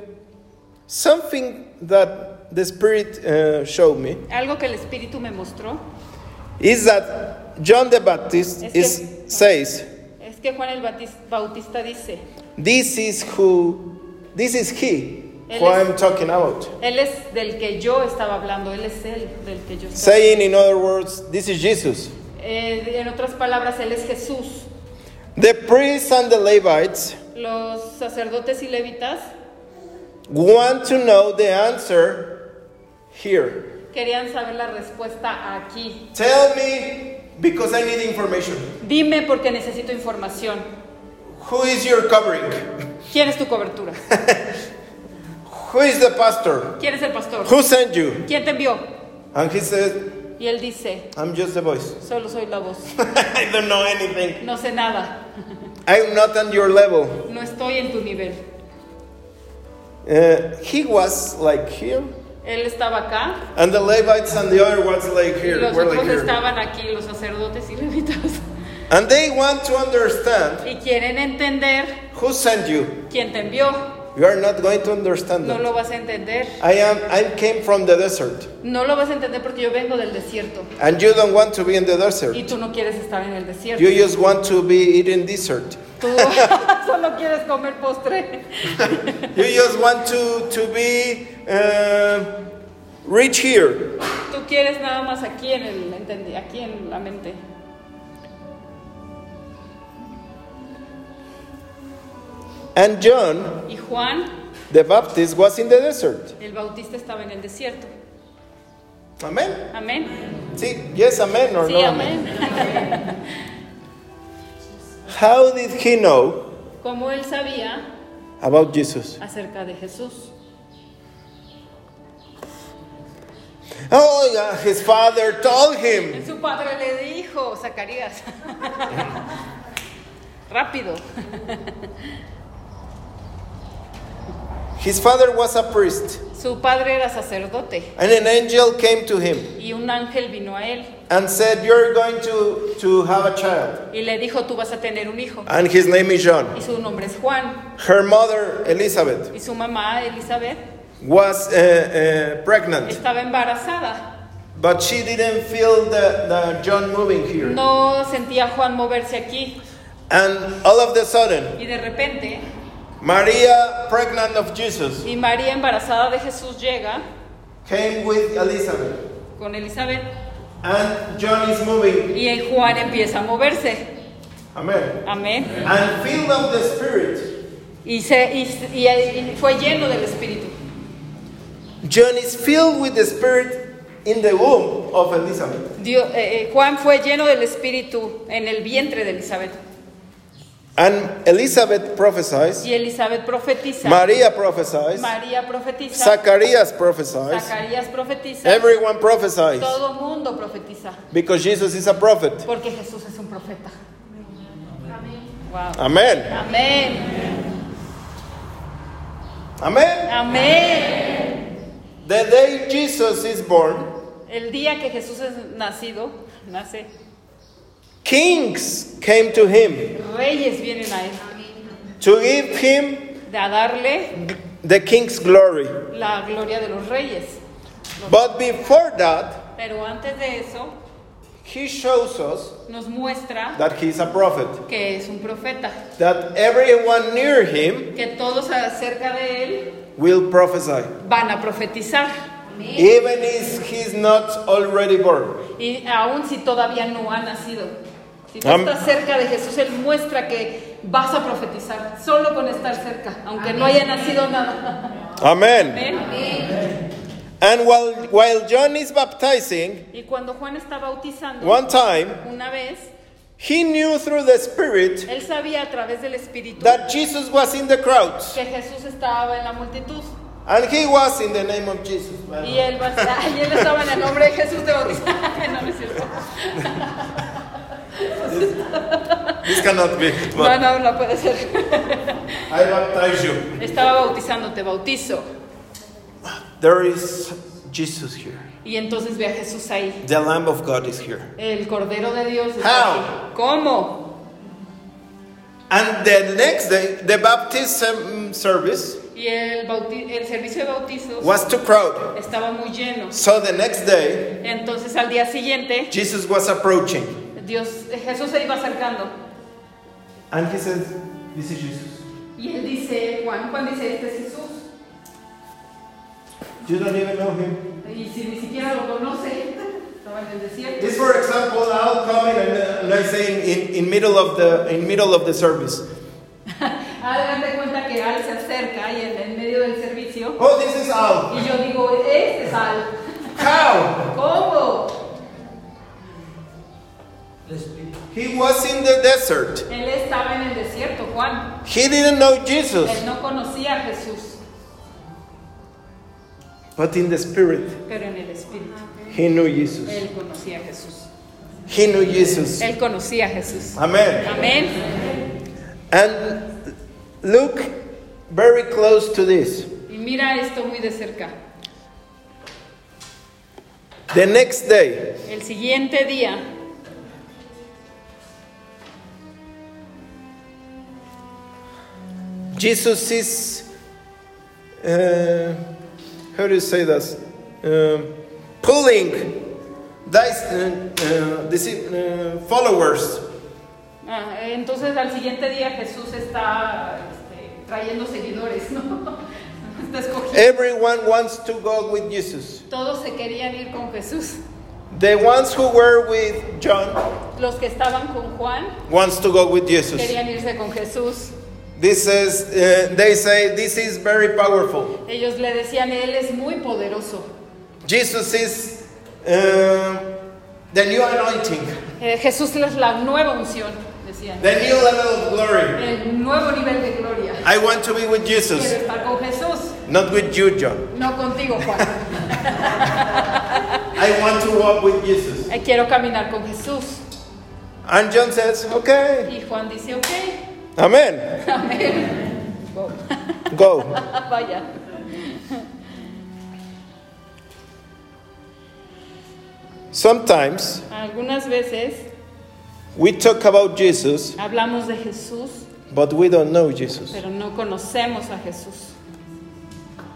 A: something that the Spirit uh, showed me
B: Algo que el Espíritu me mostró
A: is that John the Baptist
B: Es
A: is,
B: que-
A: says,
B: es que Juan el Batis- Bautista dice,
A: "This is who, this is he
B: Él
A: who
B: es-
A: I'm talking about."
B: Él es del que yo estaba hablando, Él es Él del que yo estaba
A: Saying, in other words, "This is Jesus."
B: Eh, en otras palabras, Él es Jesús.
A: The priests and the Levites
B: Los sacerdotes y levitas
A: want to know the answer here.
B: querían saber la respuesta aquí.
A: Tell me, because I need information.
B: Dime porque necesito información.
A: Who is your covering?
B: ¿Quién es tu cobertura?
A: Who is the pastor?
B: ¿Quién es el pastor?
A: Who sent you?
B: ¿Quién te envió?
A: And he said,
B: Y él dice,
A: I'm just a voice.
B: solo soy la voz.
A: I don't know anything.
B: No sé nada.
A: I'm not on your level.
B: No estoy en tu nivel.
A: Uh, he was like here,
B: Él estaba acá,
A: and the Levites and the other ones like
B: y
A: here.
B: los
A: Were like
B: otros
A: here.
B: estaban aquí, los sacerdotes y levitas.
A: And they want to understand
B: Y quieren entender
A: who sent you.
B: quién te envió.
A: You are not going to understand
B: No
A: that.
B: lo vas a entender.
A: I am. I came from the desert,
B: No lo vas a entender porque yo vengo del desierto.
A: and you don't want to be in the desert.
B: Y tú no quieres estar en el desierto.
A: You just want to be eating dessert.
B: Tú solo quieres comer postre.
A: You just want to to be uh, rich here.
B: Tú quieres nada más aquí en el entendí, aquí en la mente.
A: And John
B: Y Juan
A: the Baptist was in the desert.
B: el Bautista estaba en el desierto.
A: Amen.
B: Amén.
A: See, yes, amen or
B: Sí,
A: no
B: amén.
A: How did he know
B: Como él sabía
A: about Jesus?
B: acerca de Jesús.
A: Oh, yeah, his father told him.
B: Su padre le dijo, Zacarías. Rápido.
A: His father was a priest,
B: Su padre era sacerdote
A: and an angel came to him
B: y un ángel vino a él
A: and said, You're going to, to have a child.
B: y le dijo, tú vas a tener un hijo.
A: And his name is John.
B: Y su nombre es Juan.
A: Her mother, Elizabeth,
B: Y su mamá, Elizabeth,
A: was uh, uh, pregnant,
B: estaba embarazada.
A: but she didn't feel the, the John moving here.
B: No sentía a Juan moverse aquí
A: And all of a sudden,
B: y de repente,
A: Maria, pregnant of Jesus,
B: y María embarazada de Jesús llega
A: came with Elizabeth,
B: con Elizabeth
A: and John is moving.
B: y el Juan empieza a moverse.
A: Amen.
B: Amén.
A: And filled of the Spirit.
B: Y, se, y, y- y fue lleno del Espíritu.
A: John is filled with the Spirit in the womb of Elizabeth.
B: Dio- eh, eh, Juan fue lleno del Espíritu en el vientre de Elizabeth.
A: And Elizabeth prophesies,
B: Y Elizabeth profetiza.
A: Maria prophesies,
B: María profetiza.
A: Zacharias prophesies,
B: Zacarías profetiza.
A: everyone prophesies
B: Todo mundo profetiza.
A: because Jesus is a prophet.
B: Porque Jesús es un profeta. Wow.
A: Amen.
B: Amén.
A: Amen.
B: Amén.
A: The day Jesus is born,
B: El día que Jesús es nacido, nace,
A: kings came to him
B: reyes vienen a él
A: to give him
B: a darle
A: the king's glory.
B: la gloria de los reyes.
A: But before that,
B: Pero antes de eso,
A: he shows us
B: nos muestra
A: that he is a prophet,
B: que es un profeta,
A: that everyone near him
B: que todos acerca de él
A: will prophesy,
B: van a profetizar,
A: even if he is not already born.
B: y aun si todavía no ha nacido. Si tú
A: Am-
B: estás cerca de Jesús, Él muestra que vas a profetizar, solo con estar cerca, aunque no haya nacido nada.
A: Amen.
B: Amén.
A: And while, while John is baptizing,
B: Y cuando Juan está bautizando,
A: one time,
B: una vez,
A: he knew through the Spirit
B: él sabía a través del Espíritu
A: that Jesus was in the crowd,
B: que Jesús estaba en la multitud.
A: and he was in the name of Jesus.
B: Y él, va- y él estaba en el nombre de Jesús de bautizar. No, no es cierto.
C: This cannot be.
B: No, no, no puede ser.
C: I baptize you.
B: Estaba bautizando, te bautizo.
A: There is Jesus here.
B: Y entonces ve a Jesús ahí.
A: The Lamb of God is here.
B: El Cordero de Dios. está
A: How?
B: aquí. ¿Cómo?
A: And the next day, the baptism service
B: Y el, bauti- el servicio de bautizos
A: was too crowded.
B: estaba muy lleno.
A: So the next day,
B: Entonces al día siguiente,
A: Jesus was approaching,
B: Dios, Jesús se iba acercando.
A: and he said, "This is Jesus.
B: Y él dice, Juan, Juan dice, este es Jesús.
A: You don't even know him."
B: Y si ni siquiera lo conoce, estaba en el desierto.
A: It's for example, I'll come in and, uh, and I say in, in, in middle of the in middle of the service,
B: Hagan de cuenta que Al se acerca y en, en medio del servicio.
A: "Oh, this is Al.
B: Y yo digo, este es Al.
A: How?
B: ¿Cómo?
A: He was in the desert.
B: Él estaba en el desierto, Juan.
A: He didn't know Jesus,
B: Él no conocía a Jesús,
A: but in the spirit,
B: pero en el espíritu.
A: he knew Jesus.
B: Él conocía a Jesús.
A: He knew Jesus.
B: Él conocía a Jesús.
A: Amen."
B: Amén.
A: And look very close to this.
B: Y mira esto muy de cerca.
A: The next day,
B: El siguiente día,
A: Jesus is, uh, how do you say this? Um, pulling these uh, uh, disi- uh, followers.
B: ah, entonces al siguiente día Jesús está este, trayendo seguidores, ¿no? Está escogiendo.
A: Everyone wants to go with Jesus.
B: Todos se querían ir con Jesús.
A: The ones who were with John
B: Los que estaban con Juan
A: wants to go with Jesus.
B: querían irse con Jesús.
A: This is, uh, they say this is very powerful.
B: Ellos le decían, Él es muy poderoso.
A: Jesus is uh, the new anointing.
B: Eh, Jesús es la nueva unción, decían.
A: The new level of glory.
B: El nuevo nivel de gloria.
A: I want to be with
B: Quiero
A: Jesus,
B: estar con Jesús,
A: not with you, John.
B: no contigo, Juan.
A: I want to walk with Jesus.
B: Eh, Quiero caminar con Jesús.
A: And John says, Okay,
B: Y Juan dice, ok,
A: Amen.
B: amén. Wow.
A: Go.
B: Ah, Vaya.
A: Sometimes
B: Algunas veces
A: we talk about Jesus,
B: hablamos de Jesús,
A: but we don't know Jesus.
B: pero no conocemos a Jesús.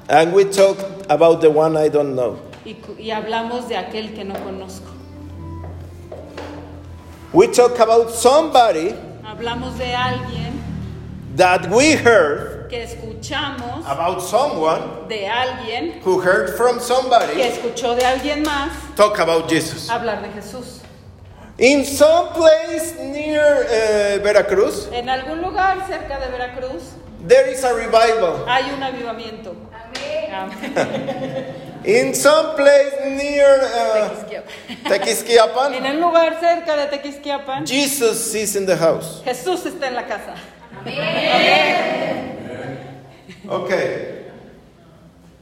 A: And we talk about the one I don't know.
B: Y, cu- y hablamos de aquel que no conozco.
A: We talk about somebody
B: Hablamos de alguien
A: that we heard
B: que escuchamos
A: about someone
B: de alguien
A: who heard from
B: que
A: somebody
B: escuchó de alguien más
A: talk about Jesus.
B: hablar de Jesús.
A: In some place near uh, Veracruz,
B: En algún lugar cerca de Veracruz
A: there is a revival.
B: hay un avivamiento. Amén.
A: In some place near uh,
B: Ah, Tequisquiapan. En
A: Tequisquiapan,
B: un lugar cerca de Tequisquiapan,
A: Jesus is in the house.
B: Jesús está en la casa.
A: Okay.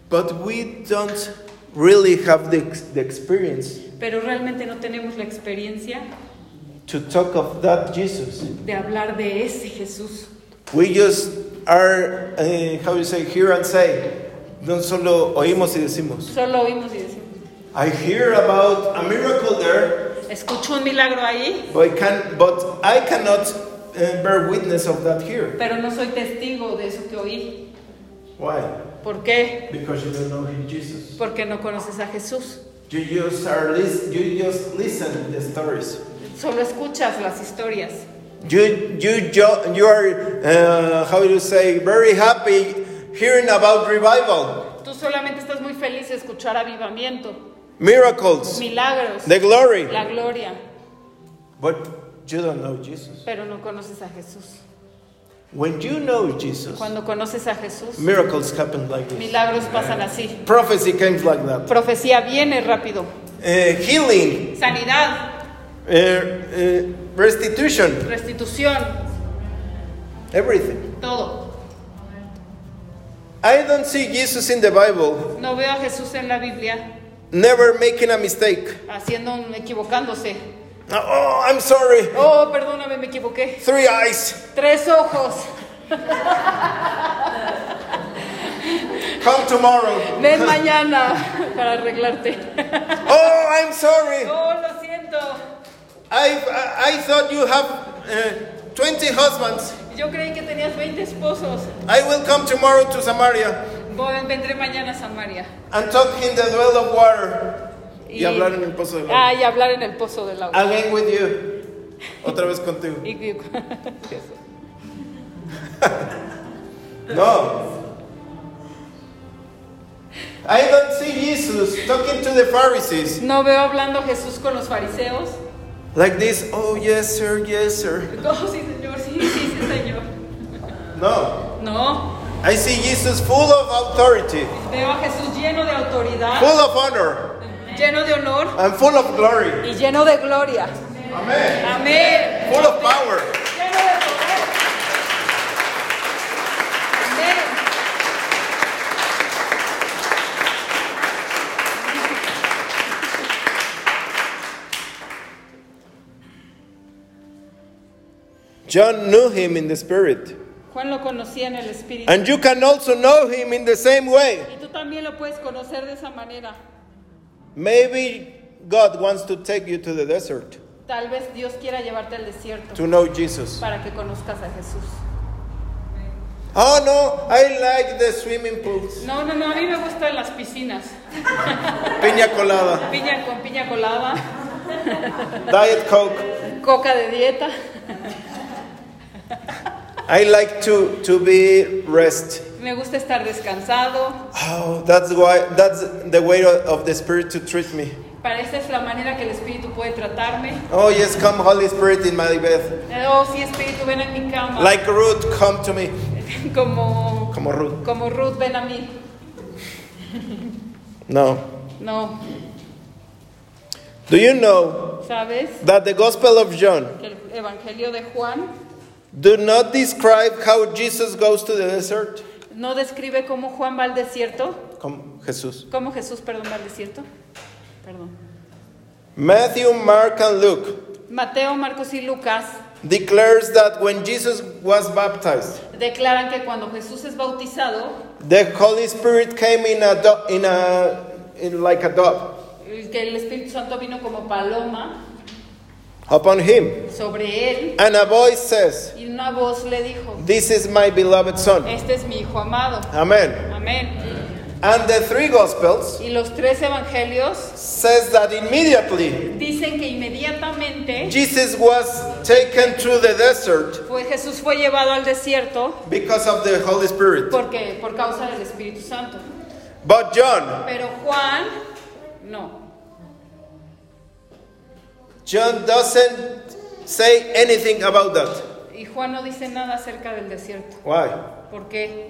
A: But we don't really have the, ex- the experience
B: Pero realmente no tenemos la experiencia
A: to talk of that Jesus.
B: de hablar de ese Jesús.
A: We just are, uh, how you say, hear and say. No solo oímos y decimos.
B: Solo oímos y decimos,
A: I hear about a miracle there,
B: escucho un milagro ahí,
A: but I, can, but I cannot uh, bear witness of that here.
B: pero no soy testigo de eso que oí.
A: Why?
B: ¿Por qué?
A: Because you don't know him, Jesus.
B: Porque no conoces a Jesús.
C: You just are lis- you just listen the stories.
B: Solo escuchas las historias.
A: You, you, jo- you are, uh, how do you say, very happy hearing about revival,
B: Tú solamente estás muy feliz de escuchar avivamiento,
A: miracles,
B: milagros,
A: the glory.
B: la gloria,
A: But you don't know Jesus.
B: pero no conoces a Jesús.
A: When you know Jesus,
B: Cuando conoces a Jesús,
A: miracles happen like this.
B: milagros pasan así.
A: Prophecy comes like that.
B: Profecía viene rápido.
A: Uh, healing,
B: Sanidad,
A: uh, uh, restitution,
B: restitución,
A: everything.
B: todo.
A: I don't see Jesus in the Bible
B: No veo a Jesús en la Biblia
A: never making a mistake.
B: haciendo un- equivocándose.
A: Oh, I'm sorry.
B: Oh, perdóname, me equivoqué.
A: Three eyes.
B: Tres ojos.
A: Come tomorrow.
B: Ven mañana para arreglarte.
A: Oh, I'm sorry.
B: Oh, lo siento.
A: I, I, I thought you have uh, 20 husbands.
B: Yo creí que tenías 20 esposos.
A: I will come tomorrow to Samaria
B: Voy- vendré mañana a Samaria.
A: and talk in the well of water.
B: Y-
A: Y hablar en el pozo del agua.
B: Ah, y hablar en el pozo del agua.
A: Again with you. Otra vez contigo.
B: Y- y-
A: No. I don't see Jesus talking to the Pharisees
B: No veo hablando Jesús con los fariseos.
A: like this. Oh, yes, sir, yes, sir.
B: Oh, sí, señor, sí, sí, sí, señor.
A: No.
B: No,
A: I see Jesus full of authority,
B: veo a Jesús lleno de autoridad,
A: full of honor,
B: lleno de honor
A: and full of glory.
B: y lleno de gloria.
A: Amen.
B: Amén.
A: Full of power.
B: Lleno de poder. Amén.
A: John knew him in the spirit.
B: Juan lo conocía en el Espíritu.
A: And you can also know him in the same way.
B: Y tú también lo puedes conocer de esa manera.
A: Maybe God wants to take you to the desert
B: Tal vez Dios quiera llevarte al desierto
A: to know Jesus.
B: para que conozcas a Jesús.
A: Oh no, I like the swimming pools.
B: No, no, no, a mí me gustan las piscinas.
A: Piña colada,
B: Piña con piña colada,
A: Diet Coke.
B: coca de dieta.
A: I like to, to be rest.
B: Me gusta estar descansado.
A: Oh, that's why that's the way of the Spirit to treat me.
B: Para esta es la manera que el Espíritu puede tratarme.
A: Oh yes, come Holy Spirit in my bed.
B: Oh, sí, Espíritu, ven a mi cama.
A: Like Ruth, come to me.
B: Como,
A: Como Ruth.
B: como Ruth, ven a mí.
A: No.
B: No,
A: Do you know
B: ¿sabes?
A: that the Gospel of John
B: Que El Evangelio de Juan
A: do not describe how Jesus goes to the desert?
B: no describe cómo Juan va al desierto.
A: Como Jesús.
B: Cómo Jesús, perdón, va al desierto. Perdón.
A: Matthew, Mark, and Luke
B: Mateo, Marcos y Lucas
A: declares that when Jesus was baptized,
B: declaran que cuando Jesús es bautizado,
A: the Holy Spirit came in a do- in a in like a dove
B: eh, que el Espíritu Santo vino como paloma
A: upon him,
B: sobre él
A: and a voice says,
B: y una voz le dijo,
A: "This is my beloved son."
B: este es mi hijo amado.
A: Amen.
B: Amén.
A: And the three gospels
B: Y los tres evangelios
A: says that immediately
B: dicen que inmediatamente
A: Jesus was taken to the desert
B: fue, Jesús fue llevado al desierto
A: because of the Holy Spirit.
B: porque, por causa del Espíritu Santo.
A: But John,
B: Pero Juan, no.
A: John doesn't say anything about that.
B: Y Juan no dice nada acerca del desierto.
A: Why?
B: ¿Por qué?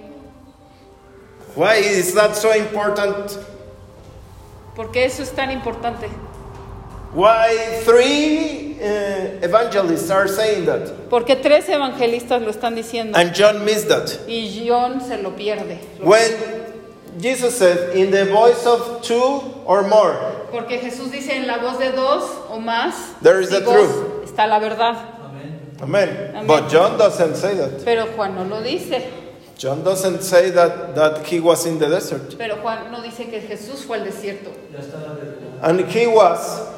A: Why is that so important?
B: ¿Por qué eso es tan importante?
A: Why three uh, evangelists are saying that?
B: Porque tres evangelistas lo están diciendo
A: And John missed that.
B: y John se lo pierde.
A: When Jesus said, in the voice of two or more,
B: Porque Jesús dice en la voz de dos o más
A: There is
B: mi
A: the
B: voz,
A: truth.
B: está la verdad.
A: Amen.
B: Amen.
A: But John doesn't say that.
B: Pero Juan no lo dice.
A: John doesn't say that, that he was in the desert.
B: Pero Juan no dice que Jesús fue al desierto.
A: And he was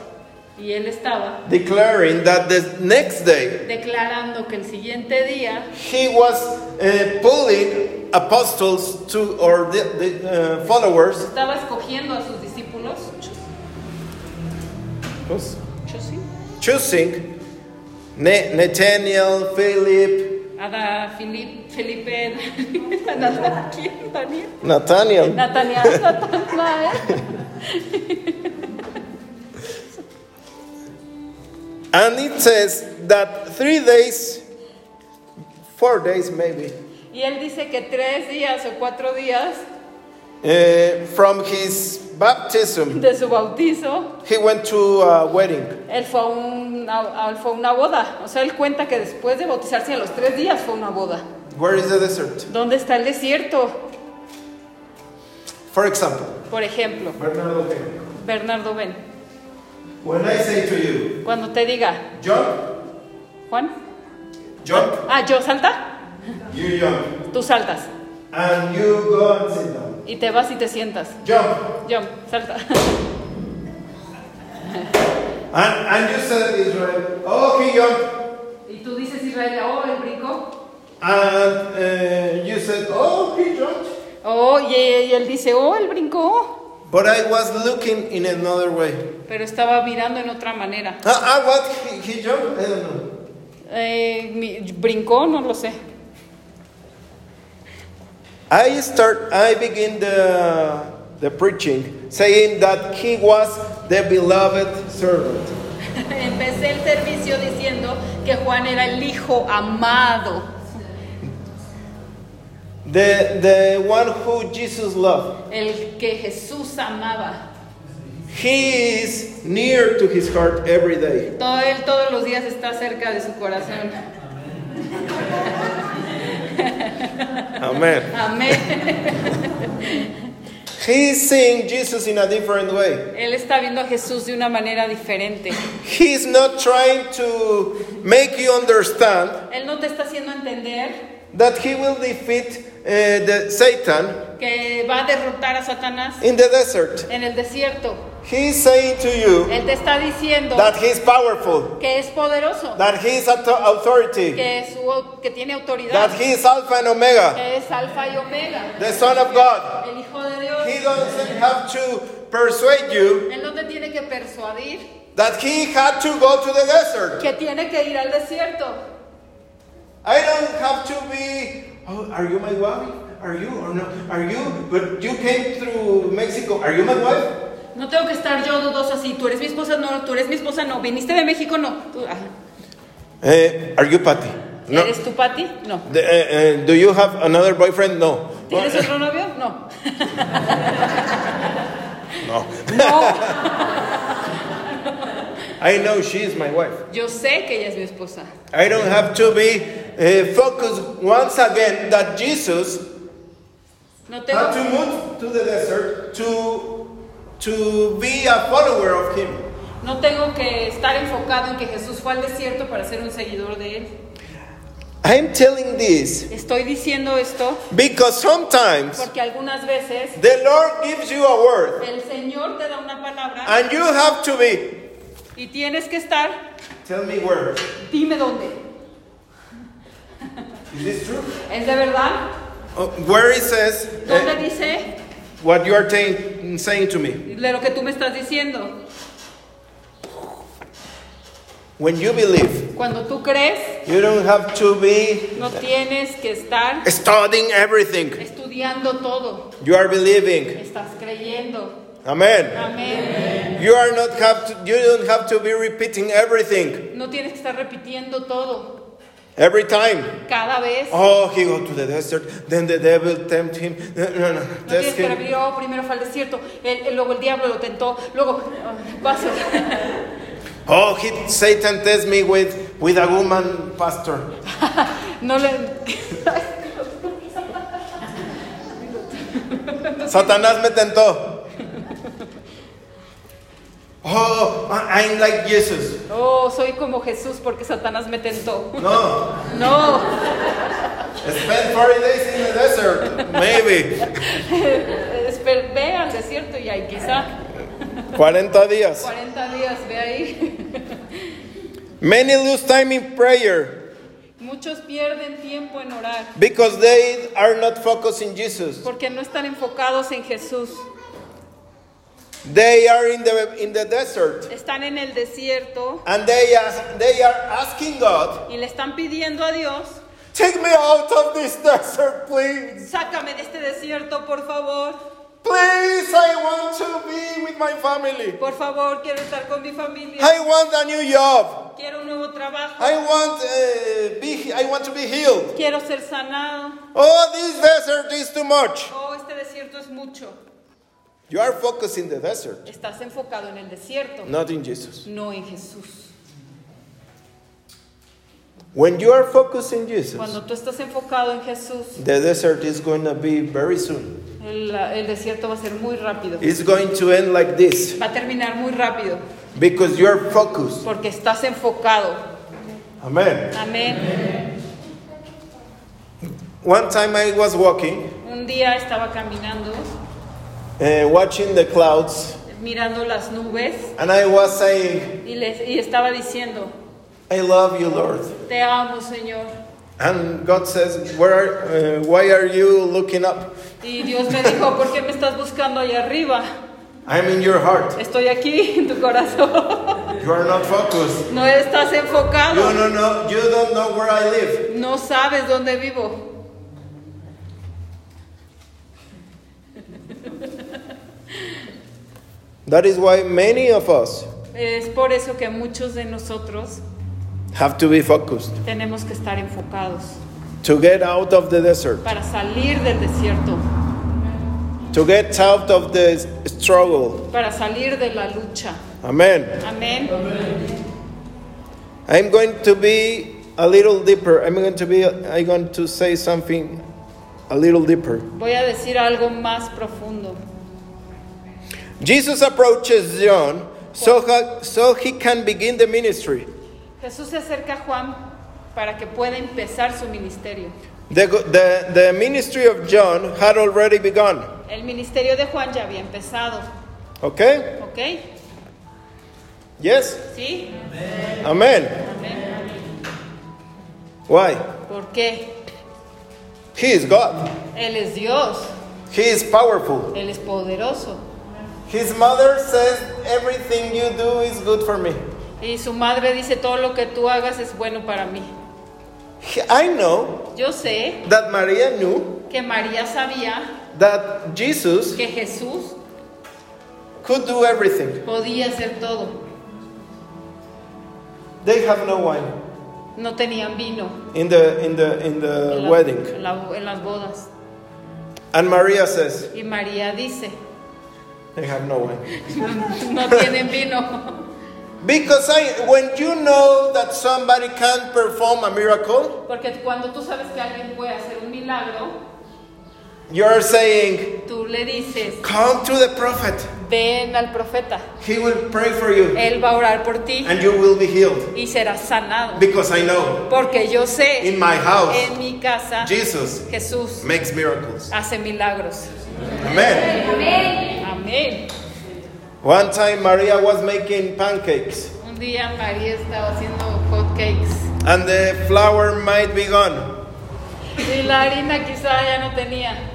B: Y él estaba
A: declaring that the next day
B: declarando que el siguiente día
A: he was uh, pulling apostles to or the, the, uh, followers
B: estaba escogiendo a sus discípulos
A: discípulos,
B: choosing,
A: choosing Ne- Nathaniel, Philip,
B: Ada, Filip, Felipe, Nathan- ¿quién? Daniel, ¿eh?
A: Nathaniel.
B: Natania, Natanael.
A: And it says that three days, four days maybe,
B: Y él dice que tres días o cuatro días
A: eh, from his baptism,
B: de su bautizo,
A: he went to a wedding.
B: él fue a, un- a- a- fue a una boda. O sea, él cuenta que después de bautizarse a los tres días fue a una boda.
A: Where is the desert?
B: ¿Dónde está el desierto?
A: For example,
B: Por ejemplo,
C: Bernardo Pérez.
B: Bernardo Ben,
C: When I say to you,
B: cuando te diga,
C: jump,
B: Juan,
C: jump,
B: ah, yo salta,
C: you jump.
B: tú saltas.
C: And you go and sit down.
B: Y te vas y te sientas.
C: Jump.
B: Yo, salta.
C: And, and you said Israel, oh, he jumped.
B: Y tú dices, Israel, oh, el brinco.
C: And uh, you said, oh, he jumped.
B: Oh, y, y él dice, oh, el brinco.
A: but I was looking in another way.
B: Pero estaba mirando en otra manera.
C: Uh,
A: Ah, ah what? He, he jumped? I don't know.
B: Eh, mi- brincó, no lo sé.
A: I start, I begin the, the preaching saying that he was the beloved servant.
B: Empecé el servicio diciendo que Juan era el hijo amado,
A: The, the one who Jesus loved.
B: el que Jesús amaba.
A: He is near to his heart every day.
B: Todo él todos los días está cerca de su corazón.
A: Amen.
B: Amén.
A: He is seeing Jesus in a different way.
B: Él está viendo a Jesús de una manera diferente.
A: He is not trying to make you understand
B: Él no te está haciendo entender
A: that he will defeat uh, the Satan
B: que va a derrotar a Satanás
A: in the desert.
B: en el desierto.
A: He is saying to you
B: Él te está diciendo
A: that he is powerful,
B: que es poderoso,
A: that he is auto- authority,
B: que, es su- que tiene autoridad,
A: that he is Alpha and Omega,
B: que es alfa y omega,
A: the Son of God.
B: el Hijo de Dios.
A: He doesn't have to persuade you
B: Él no te tiene que persuadir
A: that he had to go to the desert.
B: que tiene que ir al desierto.
A: I don't have to be. Oh, are you my wife? Are you or no? Are you? But you came through Mexico. Are you my wife?
B: No tengo que estar yo dudosa si tú eres mi esposa, no, tú eres mi esposa, no, viniste de México, no. Tú- ajá.
A: Eh, are you Patty? No.
B: ¿Eres tu Pati? No.
A: The- eh, eh, do you have another boyfriend? No.
B: ¿Tienes otro novio? No.
A: No.
B: No.
A: I know she is my wife.
B: Yo sé que ella es mi esposa.
A: I don't have to be uh, focused once again that Jesus
B: No tengo,
A: had to move to the desert to to be a follower of him.
B: no tengo que estar enfocado en que Jesús fue al desierto para ser un seguidor de él.
A: I'm telling this
B: Estoy diciendo esto
A: because sometimes
B: porque algunas veces
A: the Lord gives you a word
B: El Señor te da una palabra
A: And you have to be.
B: y tienes que estar,
A: Tell me where.
B: dime dónde.
A: Is this true?
B: ¿Es de verdad?
A: Oh, where it says
B: ¿Dónde
A: uh,
B: dice
A: what you are ta- saying to me.
B: de lo que tú me estás diciendo?
A: When you believe,
B: Cuando tú crees,
A: you don't have to be
B: no tienes que estar
A: studying everything.
B: estudiando todo.
A: You are believing.
B: Estás creyendo.
A: Amen.
B: Amén.
A: You are not have to, you don't have to be repeating everything
B: No tienes que estar repitiendo todo
A: every time.
B: cada vez. No
A: Oh, he go to the desert, then the devil tempt him. No, no, no,
B: tienes
A: test
B: que
A: him.
B: repetir, oh, primero fue al desierto, el- el- luego el diablo lo tentó, luego paso.
A: Oh, he Satan test me with with a woman pastor.
B: No le.
A: Satanás me tentó. Oh, I- I'm like Jesus.
B: Oh, soy como Jesús porque Satanás me tentó.
A: No,
B: No,
A: spend 40 days in the desert, maybe.
B: esper- ve al desierto y ahí quizá
A: 40 días.
B: 40 días, ve ahí.
A: Many lose time in prayer
B: Muchos pierden tiempo en orar
A: because they are not focused in Jesus.
B: porque no están enfocados en Jesús.
A: They are in the, in the desert
B: Están en el desierto
A: and they, ask, they are asking God,
B: y le están pidiendo a Dios,
A: Take me out of this desert, please.
B: sácame de este desierto, por favor.
A: Please, I want to be with my family.
B: Por favor, quiero estar con mi familia.
A: I want a new job.
B: Quiero un nuevo trabajo.
A: I want, uh, be, I want to be healed.
B: Quiero ser sanado.
A: Oh, this desert is too much.
B: Oh, este desierto es mucho.
A: You are focused in the desert,
B: Estás enfocado en el desierto,
A: not in Jesus.
B: no en Jesús.
A: When you are focused in Jesus,
B: Cuando tú estás enfocado en Jesús,
A: the desert is going to be very soon.
B: el, el desierto va a ser muy rápido.
A: It's going to end like this
B: Va a terminar muy rápido,
A: because you are focused.
B: porque estás enfocado.
A: Amen.
B: Amén.
A: One time I was walking,
B: Un día estaba caminando,
A: uh, watching the clouds,
B: mirando las nubes,
A: and I was saying,
B: y, les, y estaba diciendo,
A: I love you, Lord.
B: te amo, Señor.
A: And God says, Where are, uh, Why are you looking up?
B: Y Dios me dijo, ¿por qué me estás buscando allá arriba?
A: I'm in your heart.
B: Estoy aquí en tu corazón.
A: You are not focused.
B: No estás
A: You
B: enfocado.
A: don't know, you don't know where I live.
B: No sabes dónde vivo.
A: That is why many of us
B: Es por eso que muchos de nosotros
A: have to be focused
B: tenemos que estar enfocados
A: to get out of the desert,
B: para salir del desierto,
A: to get out of the struggle.
B: para salir de la lucha.
A: Amen.
B: Amén.
A: I'm going to be a little deeper. I'm going to be I'm going to say something a little deeper.
B: Voy a decir algo más profundo.
A: Jesus approaches John so ha- so he can begin the ministry.
B: Jesús se acerca a Juan para que pueda empezar su ministerio.
A: The, go- the, the ministry of John had already begun.
B: El ministerio de Juan ya había empezado,
A: Okay?
B: ¿ok?
A: Yes?
B: ¿Sí?
A: Amen.
B: Amén.
A: Why?
B: ¿Por qué?
A: He is God.
B: Él es Dios,
A: He is powerful.
B: Él es poderoso.
A: His mother says, Everything you do is good for me.
B: Y su madre dice, todo lo que tú hagas es bueno para mí.
A: He- I know
B: Yo sé
A: that Maria knew
B: que María sabía
A: that Jesus
B: que Jesús
A: could do everything.
B: podía hacer todo.
A: They have no wine
B: No tenían vino
A: in the, in the, in the
B: en, la-
A: wedding.
B: en la- en las bodas.
A: And Maria says,
B: Y María dice,
A: They have no wine.
B: no tienen vino.
A: Because I, when you know that somebody can perform a miracle,
B: Porque cuando tú sabes que alguien puede hacer un milagro,
A: you're saying,
B: tú le dices,
A: Come to the prophet,
B: ven al profeta,
A: he will pray for you,
B: él va a orar por ti
A: and you will be healed.
B: y serás sanado.
A: Because I know
B: Porque yo sé,
A: in my house,
B: en mi casa,
A: Jesus
B: Jesús
A: makes miracles.
B: hace milagros.
A: Amen.
B: Amén.
A: One time Maria was making pancakes
B: Un día María estaba haciendo hot cakes
A: and the flour might be gone.
B: y la harina quizá ya no tenía.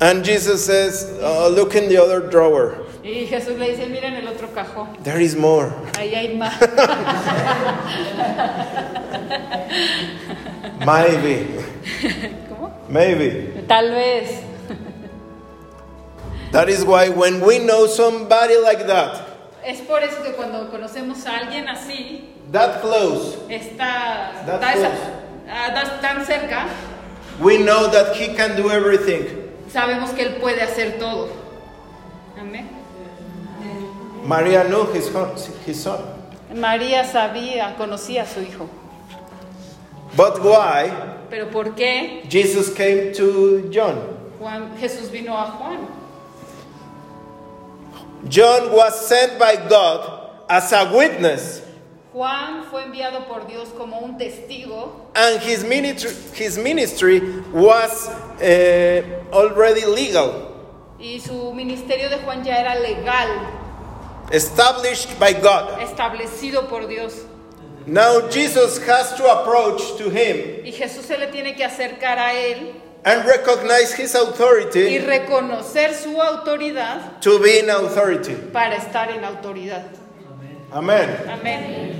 A: And Jesus says, "Uh, Look in the other drawer.
B: Y Jesús le dice, mira en el otro cajón,
A: There is more.
B: ahí hay más.
A: Maybe,
B: ¿Cómo?
A: maybe.
B: Tal vez.
A: That is why when we know somebody like that,
B: Es por eso que cuando conocemos a alguien así,
A: that close,
B: está,
A: That's
B: da esa-
A: close.
B: ah, da- tan cerca,
A: we know that he can do everything.
B: sabemos que él puede hacer todo. Amén.
A: Maria knew his, hon- his son.
B: María sabía, conocía a su hijo.
A: But why
B: Pero ¿por qué
A: Jesus came to John?
B: Juan- Jesús vino a Juan?
A: John was sent by God as a witness
B: Juan fue enviado por Dios como un testigo
A: and his ministry, his ministry was uh, already legal,
B: y su ministerio de Juan ya era legal,
A: established by God.
B: establecido por Dios.
A: Now Jesus has to approach to him
B: Y Jesús se le tiene que acercar a él
A: and recognize his
B: y
A: authority
B: reconocer su autoridad
A: to be in authority.
B: para estar en autoridad.
A: Amen.
B: Amén.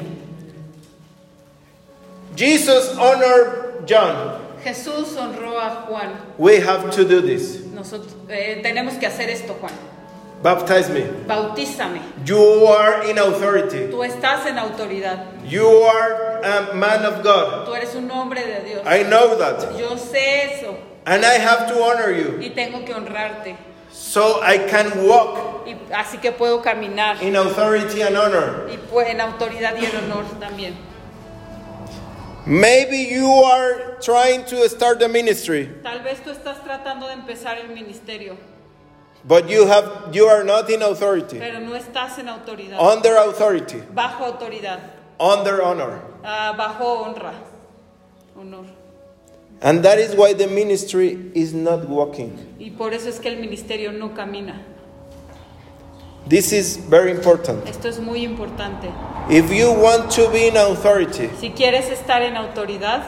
A: Jesus honored John.
B: Jesús honró a Juan.
A: We have to do this.
B: Nosotros eh, tenemos que hacer esto, Juan.
A: Baptize me.
B: Bautízame.
A: You are in authority.
B: Tú estás en autoridad.
A: You are a man of God.
B: Tú eres un hombre de Dios.
A: I know that.
B: Yo sé eso
A: And I have to honor you
B: y tengo que honrarte.
A: so I can walk
B: Y así que puedo caminar
A: in authority and honor.
B: y pu- en autoridad y en honor también.
A: Maybe you are trying to start a ministry,
B: Tal vez tú estás tratando de empezar el ministerio,
A: but you have you are not in authority.
B: pero no estás en autoridad.
A: Under authority,
B: Bajo autoridad,
A: under honor.
B: ah, bajo honra, honor.
A: And that is why the ministry is not working.
B: Y por eso es que el ministerio no camina.
A: This is very important.
B: Esto es muy importante.
A: If you want to be in authority
B: Si quieres estar en autoridad,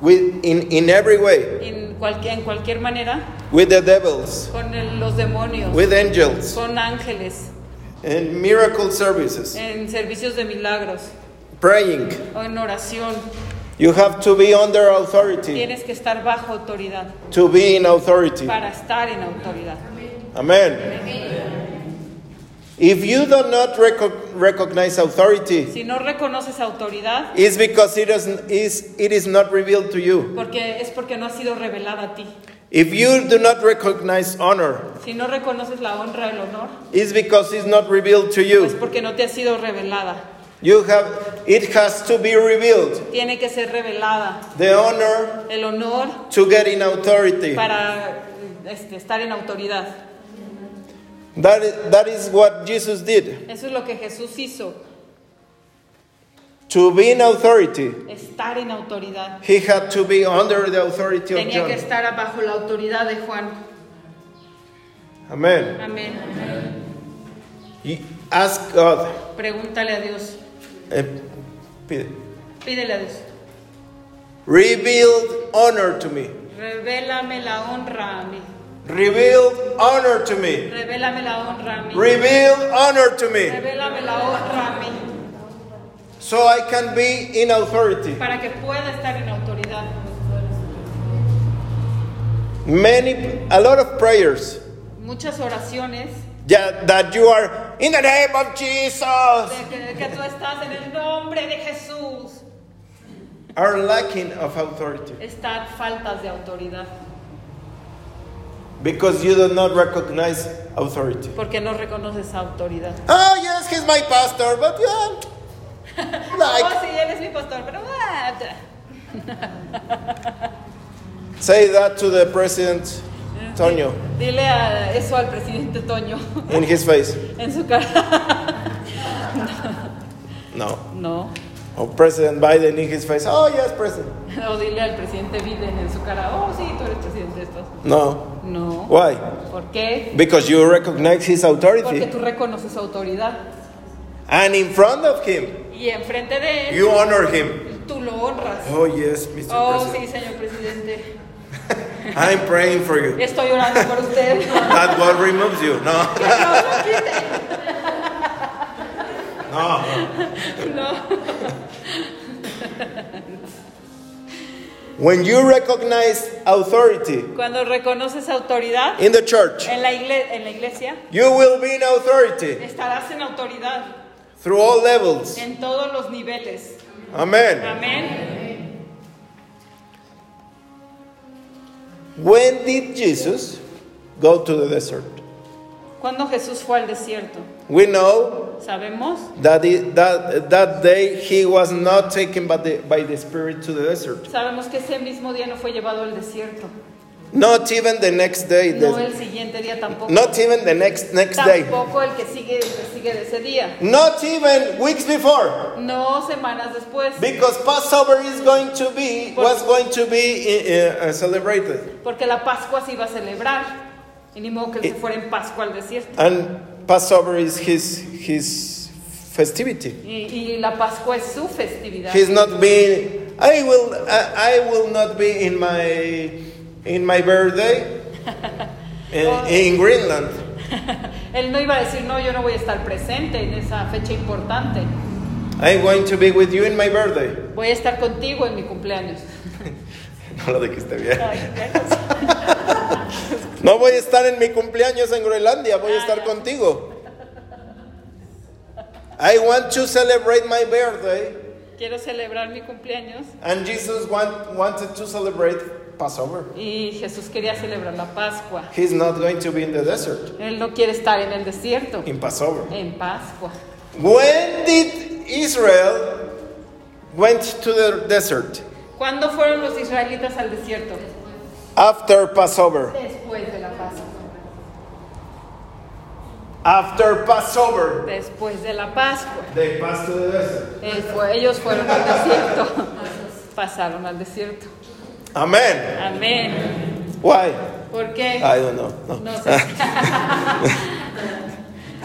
A: with in, in every way,
B: en, cualquier- en cualquier manera,
A: with the devils,
B: con el- los demonios,
A: with angels,
B: con ángeles,
A: and miracle services,
B: en servicios de milagros
A: praying,
B: o en oración,
A: you have to be under authority
B: tienes que estar bajo autoridad
A: to be in authority.
B: para estar en autoridad.
A: Amen. If you do not reco- recognize authority,
B: Si no reconoces autoridad,
A: it's because it is, is, it is not revealed to you.
B: porque es porque no ha sido revelada a ti.
A: If you do not recognize honor,
B: Si no reconoces la honra, el honor,
A: it's because it's not revealed to
B: es
A: you.
B: porque no te ha sido revelada.
A: You have, it has to be revealed.
B: Tiene que ser revelada
A: The honor
B: el honor
A: to get in authority.
B: para este, estar en autoridad.
A: That is, that is what Jesus did.
B: Eso es lo que Jesús hizo,
A: To be in authority,
B: estar en autoridad.
A: he had to be under the authority of
B: Tenía que
A: John.
B: estar bajo la autoridad de Juan.
A: Amen.
B: Amén.
A: Y- Ask God.
B: Pregúntale a Dios.
A: Eh, pide.
B: Pídele a Dios.
A: Revealed honor to me.
B: Revélame la honra a mí.
A: Revealed honor to me.
B: Revélame la honra a mí.
A: Revealed honor to me.
B: Revélame la honra a mí.
A: So I can be in authority.
B: para que pueda estar en autoridad.
A: Many, a lot of prayers
B: Muchas oraciones
A: yeah, that you are in the name of Jesus
B: de que, que tú estás en el nombre de Jesús.
A: are lacking of authority
B: Están faltas de autoridad
A: because you do not recognize authority.
B: porque no reconoces esa autoridad.
A: Oh, yes, he's my pastor, but yeah.
B: Oh,
A: Like,
B: sí, él es mi pastor, pero ah,
A: say that to the president, Tonio,
B: dile a- eso al presidente Toño
A: in his face.
B: en su cara.
A: No.
B: No.
A: Or President Biden in his face. Oh, yes, president.
B: O dile al presidente Biden en su cara, oh sí, tú eres presidente de Estados Unidos.
A: No.
B: No.
A: Why?
B: ¿Por qué?
A: Because you recognize his
B: Porque
A: authority.
B: tú reconoces su autoridad
A: And in front of him,
B: y enfrente de él
A: you honor him.
B: tú lo honras.
A: Oh, yes, Mr.
B: Oh,
A: President.
B: sí, señor presidente.
A: I'm praying for you.
B: Estoy orando por usted.
A: That God removes you. No. No.
B: No.
A: When you recognize authority
B: Cuando reconoces autoridad
A: in the church,
B: en la, igle- en la iglesia,
A: you will be in authority
B: estarás en autoridad
A: through all levels.
B: en todos los niveles.
A: Amen.
B: Amén.
A: When did Jesus go to the desert?
B: Cuando Jesús fue al desierto,
A: We know
B: sabemos
A: that it, that, that day he was not taken by the, by the Spirit to the desert.
B: sabemos que ese mismo día no fue llevado al desierto.
A: Not even the next day. the-
B: No el siguiente día tampoco.
A: not even the next next day.
B: Tampoco el que sigue, el que sigue de ese día.
A: Not even weeks before,
B: No semanas después,
A: because Passover is going to be was going to be uh, uh, celebrated,
B: porque la Pascua se iba a celebrar. Y ni modo que
A: Eh.
B: él se fuera en Pascua al desierto.
A: and Passover is his his festivity.
B: Y, y la Pascua es su festividad.
A: He's not being. I will. I, I will not be in my in my birthday in, in Greenland.
B: Él no iba a decir, no, yo no voy a estar presente en esa fecha importante.
A: I'm going to be with you in my birthday.
B: Voy a estar contigo en mi cumpleaños.
A: No lo dijiste bien.
B: Ay, lejos.
A: No voy a estar en mi cumpleaños en Groenlandia, voy a estar contigo. I want to celebrate my birthday,
B: Quiero celebrar mi cumpleaños
A: and Jesus want, wanted to celebrate Passover.
B: y Jesús quería celebrar la Pascua.
A: He's not going to be in the desert
B: Él no quiere estar en el desierto,
A: in Passover.
B: en Pascua.
A: When did Israel went to the desert?
B: ¿Cuándo fueron los israelitas al desierto?
A: After Passover.
B: Después de la Pascua.
A: After Passover,
B: Después de la Pascua.
A: they passed to the desert.
B: Él fue- ellos fueron al desierto. Pasaron al desierto.
A: Amen.
B: Amén.
A: Why?
B: ¿Por qué?
A: I don't know. No.
B: No sé.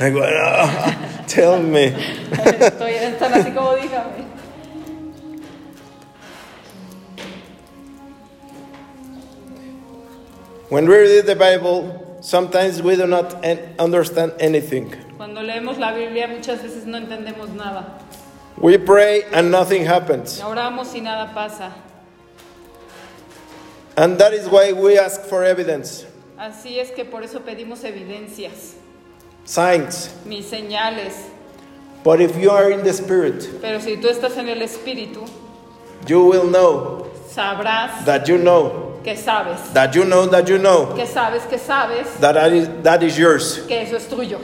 A: I go, "Ah, tell me.
B: Estoy, están así como dígame.
A: When we read the Bible, sometimes we do not en- understand anything.
B: Cuando leemos la Biblia muchas veces no entendemos nada.
A: We pray and nothing happens.
B: Oramos y nada pasa.
A: And that is why we ask for evidence,
B: Así es que por eso pedimos evidencias,
A: signs.
B: mis señales.
A: But if you are in the Spirit,
B: Pero si tú estás en el Espíritu,
A: you will know
B: sabrás
A: that you know,
B: que sabes,
A: that you know, that you know,
B: que sabes, que sabes
A: that that is, that is yours.
B: que eso es tuyo.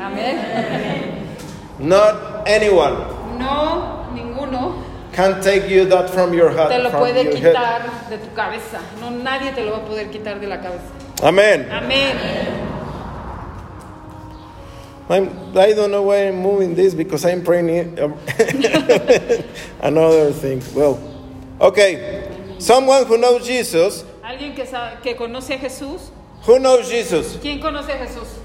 B: Amén.
A: Not anyone
B: No, ninguno
A: can take you that from your heart.
B: te lo
A: from
B: puede
A: your head.
B: quitar de tu cabeza. No, nadie te lo va a poder quitar de la cabeza.
A: Amen.
B: Amén.
A: I'm, I don't know why I'm moving this because I'm praying it- another thing. Well, okay. Someone who knows Jesus,
B: Alguien que, sabe- que conoce a Jesús.
A: who knows Jesus,
B: ¿Quién conoce a Jesús?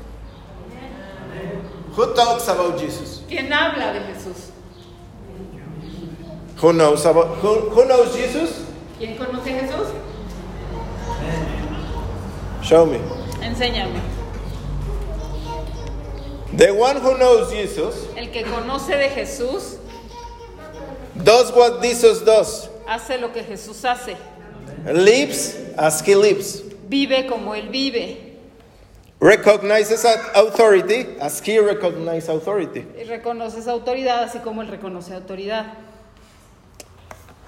A: who talks about Jesus,
B: ¿Quién habla de Jesús?
A: who knows about who, who knows Jesus?
B: ¿Quién conoce a Jesús?
A: Show me.
B: Enséñame.
A: The one who knows Jesus
B: El que conoce de Jesús
A: does what Jesus does,
B: hace lo que Jesús hace.
A: lives as he lives,
B: Vive como Él vive.
A: recognizes au- authority as he recognizes authority.
B: Y reconoce esa autoridad así como Él reconoce autoridad.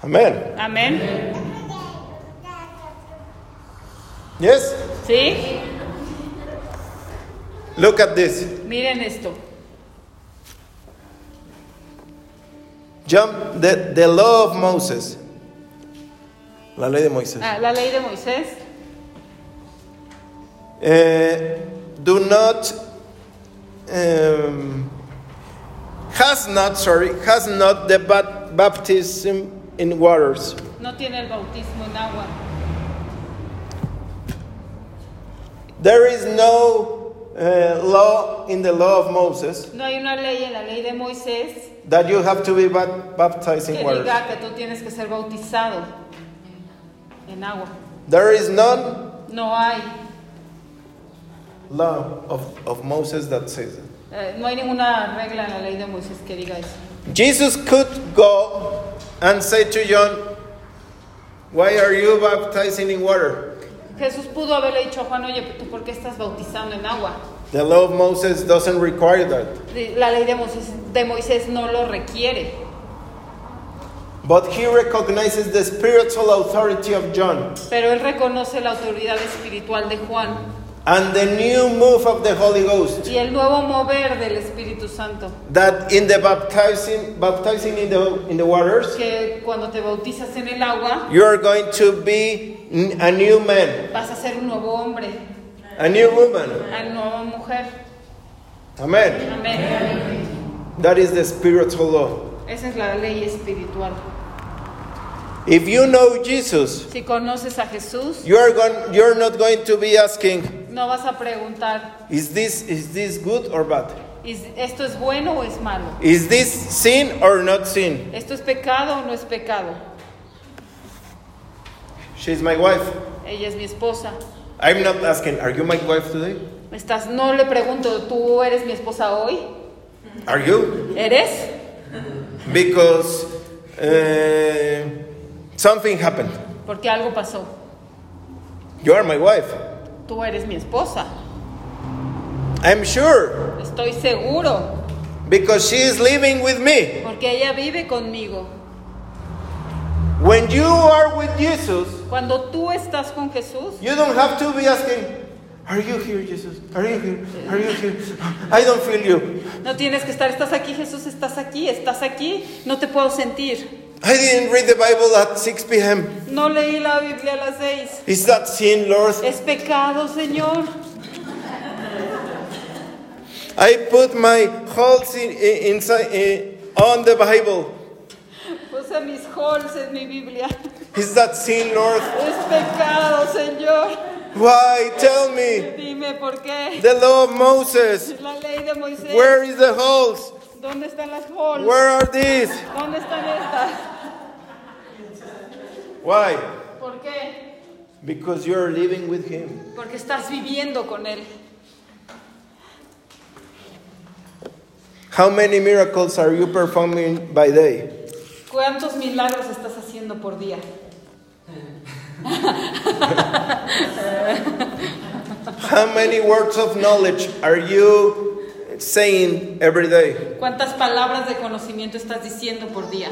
A: Amen.
B: Amén.
A: Yes.
B: ¿Sí?
A: Look at this.
B: Miren esto.
A: Jump the, the law of Moses. La ley de Moisés.
B: Ah, la ley de Moisés.
A: Eh, do not um, has not sorry has not the bat- baptism in waters.
B: No tiene el bautismo en agua.
A: There is no uh, law in the law of Moses
B: No hay una ley en la ley de Moisés
A: that you have to be bat- baptized in
B: que
A: waters.
B: diga que tú tienes que ser bautizado en agua.
A: There is none
B: No hay.
A: law of, of Moses that says it.
B: eh, no hay ninguna regla en la ley de Moisés que diga eso.
A: Jesus could go and say to John, Why are you baptizing in water?
B: Jesús pudo haberle dicho a Juan, oye, ¿tú por qué estás bautizando en agua?
A: The law of Moses doesn't require that.
B: De- La ley de Moisés, de Moisés no lo requiere,
A: But he recognizes the spiritual authority of John
B: pero él reconoce la autoridad espiritual de Juan
A: and the new move of the Holy Ghost
B: y el nuevo mover del Espíritu Santo,
A: that in the baptizing, baptizing in, the, in the waters,
B: que cuando te bautizas en el agua
A: you are going to be n- a new man,
B: vas a ser un nuevo hombre,
A: a new woman.
B: una nueva mujer.
A: Amen.
B: Amén.
A: That is the spiritual law.
B: Esa es la ley espiritual.
A: If you know Jesus,
B: Si conoces a Jesús,
A: you are going, you're not going to be asking,
B: no vas a preguntar,
A: Is this is this good or bad?
B: "¿Es- ¿esto es bueno o es malo?
A: Is this sin or not sin?
B: ¿Esto es pecado o no es pecado?
A: She's my wife.
B: Ella es mi esposa.
A: I'm not asking, Are you my wife today?
B: Me Estás, no le pregunto, ¿tú eres mi esposa hoy?
A: Are you?
B: ¿Eres?
A: Because uh, something happened.
B: Porque algo pasó.
A: You are my wife.
B: Tú eres mi esposa.
A: I'm sure.
B: Estoy seguro.
A: Because she is living with me.
B: Porque ella vive conmigo.
A: When you are with Jesus,
B: Cuando tú estás con Jesús,
A: you don't have to be asking, Are you here, Jesus? Are you here? Are you here? I don't feel you.
B: no tienes que estar, estás aquí, Jesús, estás aquí, estás aquí. No te puedo sentir.
A: I didn't read the Bible at 6 p.m.
B: No leí la Biblia a las seis.
A: Is that sin, Lord?
B: Es pecado, Señor.
A: I put my whole sin i- inside i- on the Bible.
B: Puse mis halls en mi Biblia.
A: Is that sin, Lord?
B: Es pecado, Señor.
A: Why? Tell me.
B: Dime por qué.
A: The law of Moses.
B: La ley de Moisés.
A: Where is the holes?
B: ¿Dónde están las halls?
A: Where are these?
B: ¿Dónde están estas?
A: Why?
B: ¿Por qué?
A: Because you're living with Him.
B: Porque estás viviendo con Él.
A: How many miracles are you performing by day?
B: ¿Cuántos milagros estás haciendo por día?
A: How many words of knowledge are you saying every day?
B: ¿Cuántas palabras de conocimiento estás diciendo por día?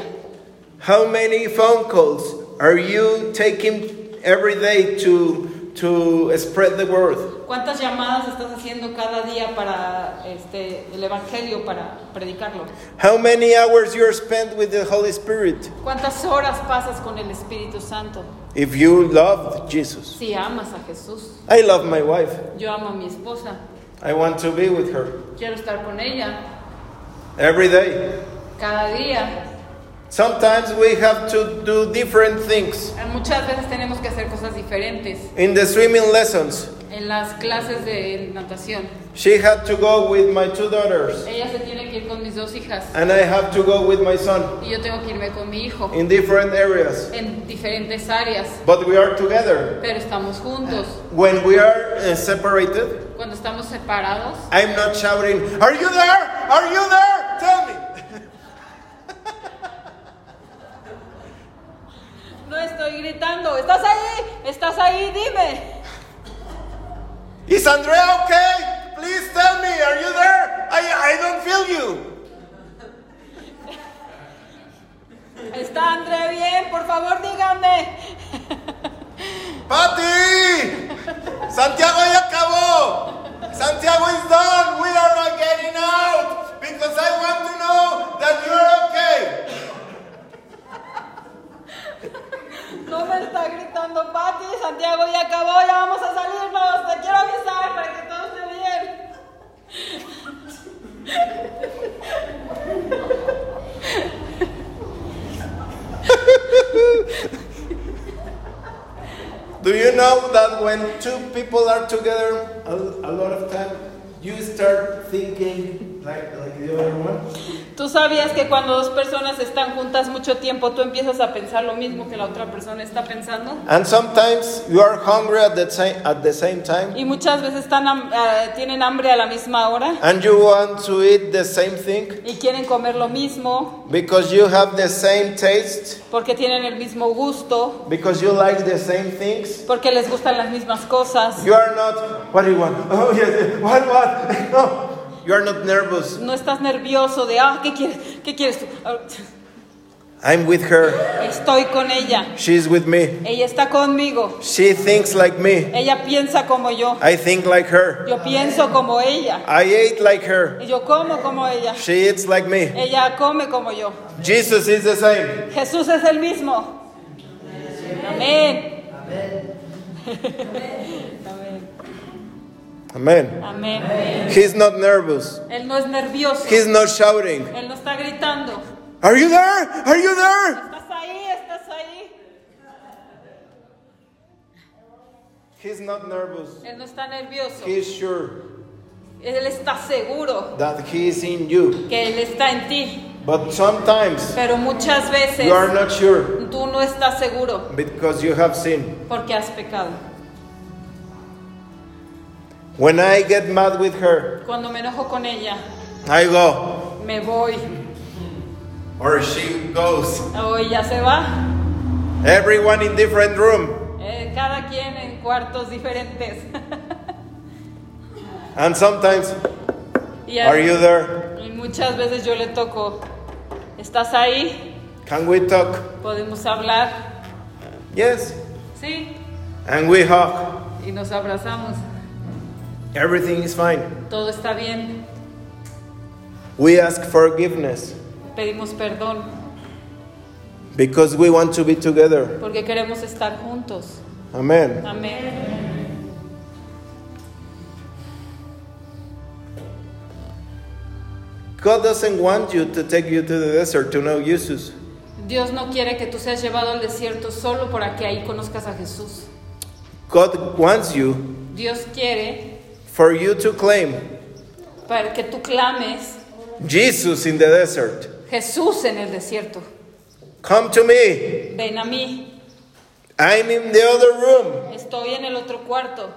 A: How many phone calls are you taking every day to, to spread the word?
B: ¿Cuántas llamadas estás haciendo cada día para este, el Evangelio, para predicarlo?
A: How many hours you spend with the Holy Spirit?
B: ¿Cuántas horas pasas con el Espíritu Santo?
A: If you love Jesus.
B: Si amas a Jesús,
A: I love my wife.
B: yo amo a mi esposa,
A: I want to be with her
B: quiero estar con ella
A: every day.
B: cada día.
A: Sometimes we have to do different things.
B: Muchas veces tenemos que hacer cosas diferentes.
A: In the swimming lessons,
B: En las clases de natación,
A: she had to go with my two daughters,
B: ella se tiene que ir con mis dos hijas
A: and I have to go with my son
B: y yo tengo que irme con mi hijo
A: in different areas.
B: en diferentes áreas,
A: But we are together.
B: pero estamos juntos.
A: When we are uh, separated,
B: Cuando estamos separados,
A: I'm not shouting, Are you there? Are you there? Tell me.
B: no estoy gritando, estás ahí, estás ahí, dime.
A: Is Andrea okay? Please tell me, are you there? I, I don't feel you.
B: ¿Está André bien? Por favor, díganme.
A: Patty! Santiago ya acabó! Santiago is done! We are not getting out! Because I want to know that you're okay!
B: No me está gritando Pati, Santiago ya acabó, ya vamos a salirnos. Te quiero avisar para que todo esté bien.
A: Do you know that when two people are together a, a lot of time, you start thinking like, like the other one?
B: Tú sabías que cuando dos personas están juntas mucho tiempo, tú empiezas a pensar lo mismo que la otra persona está pensando.
A: And sometimes you are hungry at the, same at the same time
B: Y muchas veces están, ham- eh, tienen hambre a la misma hora
A: and you want to eat the same thing
B: y quieren comer lo mismo
A: because you have the same taste,
B: porque tienen el mismo gusto,
A: because you like the same things.
B: porque les gustan las mismas cosas.
A: You are not, what do you want? Oh, yes, yes. what, what? No. You are not nervous.
B: No estás nervioso de, ah, ¿qué quieres? ¿Qué quieres tú? Ah,
A: I'm with her.
B: Estoy con ella.
A: She's with me.
B: Ella está conmigo.
A: She thinks like me.
B: Ella piensa como yo.
A: I think like her.
B: Yo pienso como ella.
A: I ate like her.
B: Y Yo como como ella.
A: She eats like me.
B: Ella come como yo.
A: Jesus is the same.
B: Jesús es el mismo. Amén. Amén.
A: Amen.
B: Amén.
A: He's not nervous.
B: Él no es nervioso.
A: He's not shouting.
B: Él no está gritando.
A: Are you there? Are you there?
B: Estás ahí, estás ahí.
A: He's not nervous.
B: Él no está nervioso.
A: He's sure
B: Él está seguro
A: that he is in you.
B: que Él está en ti.
A: But sometimes
B: Pero muchas veces
A: you are not sure. sure
B: Tú no estás seguro
A: because you have sinned.
B: porque has pecado.
A: When I get mad with her,
B: Cuando me enojo con ella,
A: I go,
B: me voy
A: or she goes.
B: o ella se va.
A: Everyone in different room,
B: Eh, cada quien en cuartos diferentes.
A: and sometimes,
B: y,
A: are you there?
B: y muchas veces yo le toco, ¿estás ahí?
A: Can we talk?
B: Podemos hablar.
A: Yes.
B: Sí.
A: And we hug.
B: Y nos abrazamos.
A: Everything is fine.
B: Todo está bien.
A: We ask forgiveness
B: Pedimos perdón
A: because we want to be together.
B: porque queremos estar juntos.
A: Amen.
B: Amén.
A: God doesn't want you to take you to the desert to know Jesus.
B: Dios no quiere que tú seas llevado al desierto solo para que ahí conozcas a Jesús.
A: God wants you
B: Dios quiere
A: for you to claim
B: para que tú clames
A: Jesus in the desert.
B: Jesús en el desierto.
A: Come to me.
B: Ven a mí.
A: I'm in the other room.
B: Estoy en el otro cuarto.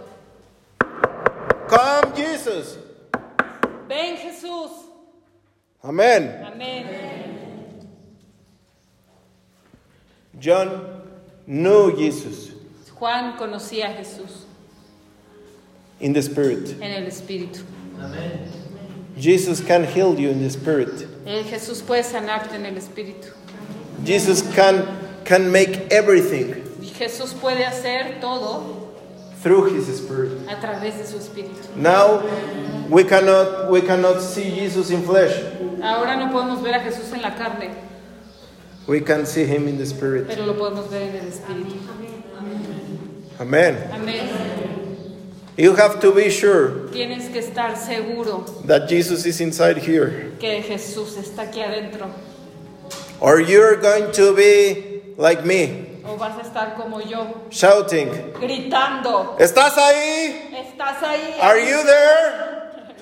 A: Come, Jesus.
B: Ven Jesús.
A: Amen.
B: Amén.
A: John knew Jesus
B: Juan conocía a Jesús
A: in the spirit.
B: en el espíritu.
A: Jesus can heal you in the spirit.
B: Eh, Jesús puede sanarte en el espíritu.
A: Jesus can can make everything
B: Y Jesús puede hacer todo
A: through his spirit.
B: a través de su espíritu.
A: Now we cannot we cannot see Jesus in flesh.
B: Ahora no podemos ver a Jesús en la carne,
A: We can see him in the spirit.
B: pero lo podemos ver en el espíritu.
A: Amen.
B: Amén.
A: You have to be sure
B: Tienes que estar seguro
A: that Jesus is inside here
B: que Jesús está aquí adentro
A: or you're going to be like me
B: o vas a estar como yo
A: shouting,
B: gritando,
A: "¿Estás ahí?
B: estás ahí.
A: Are you there?"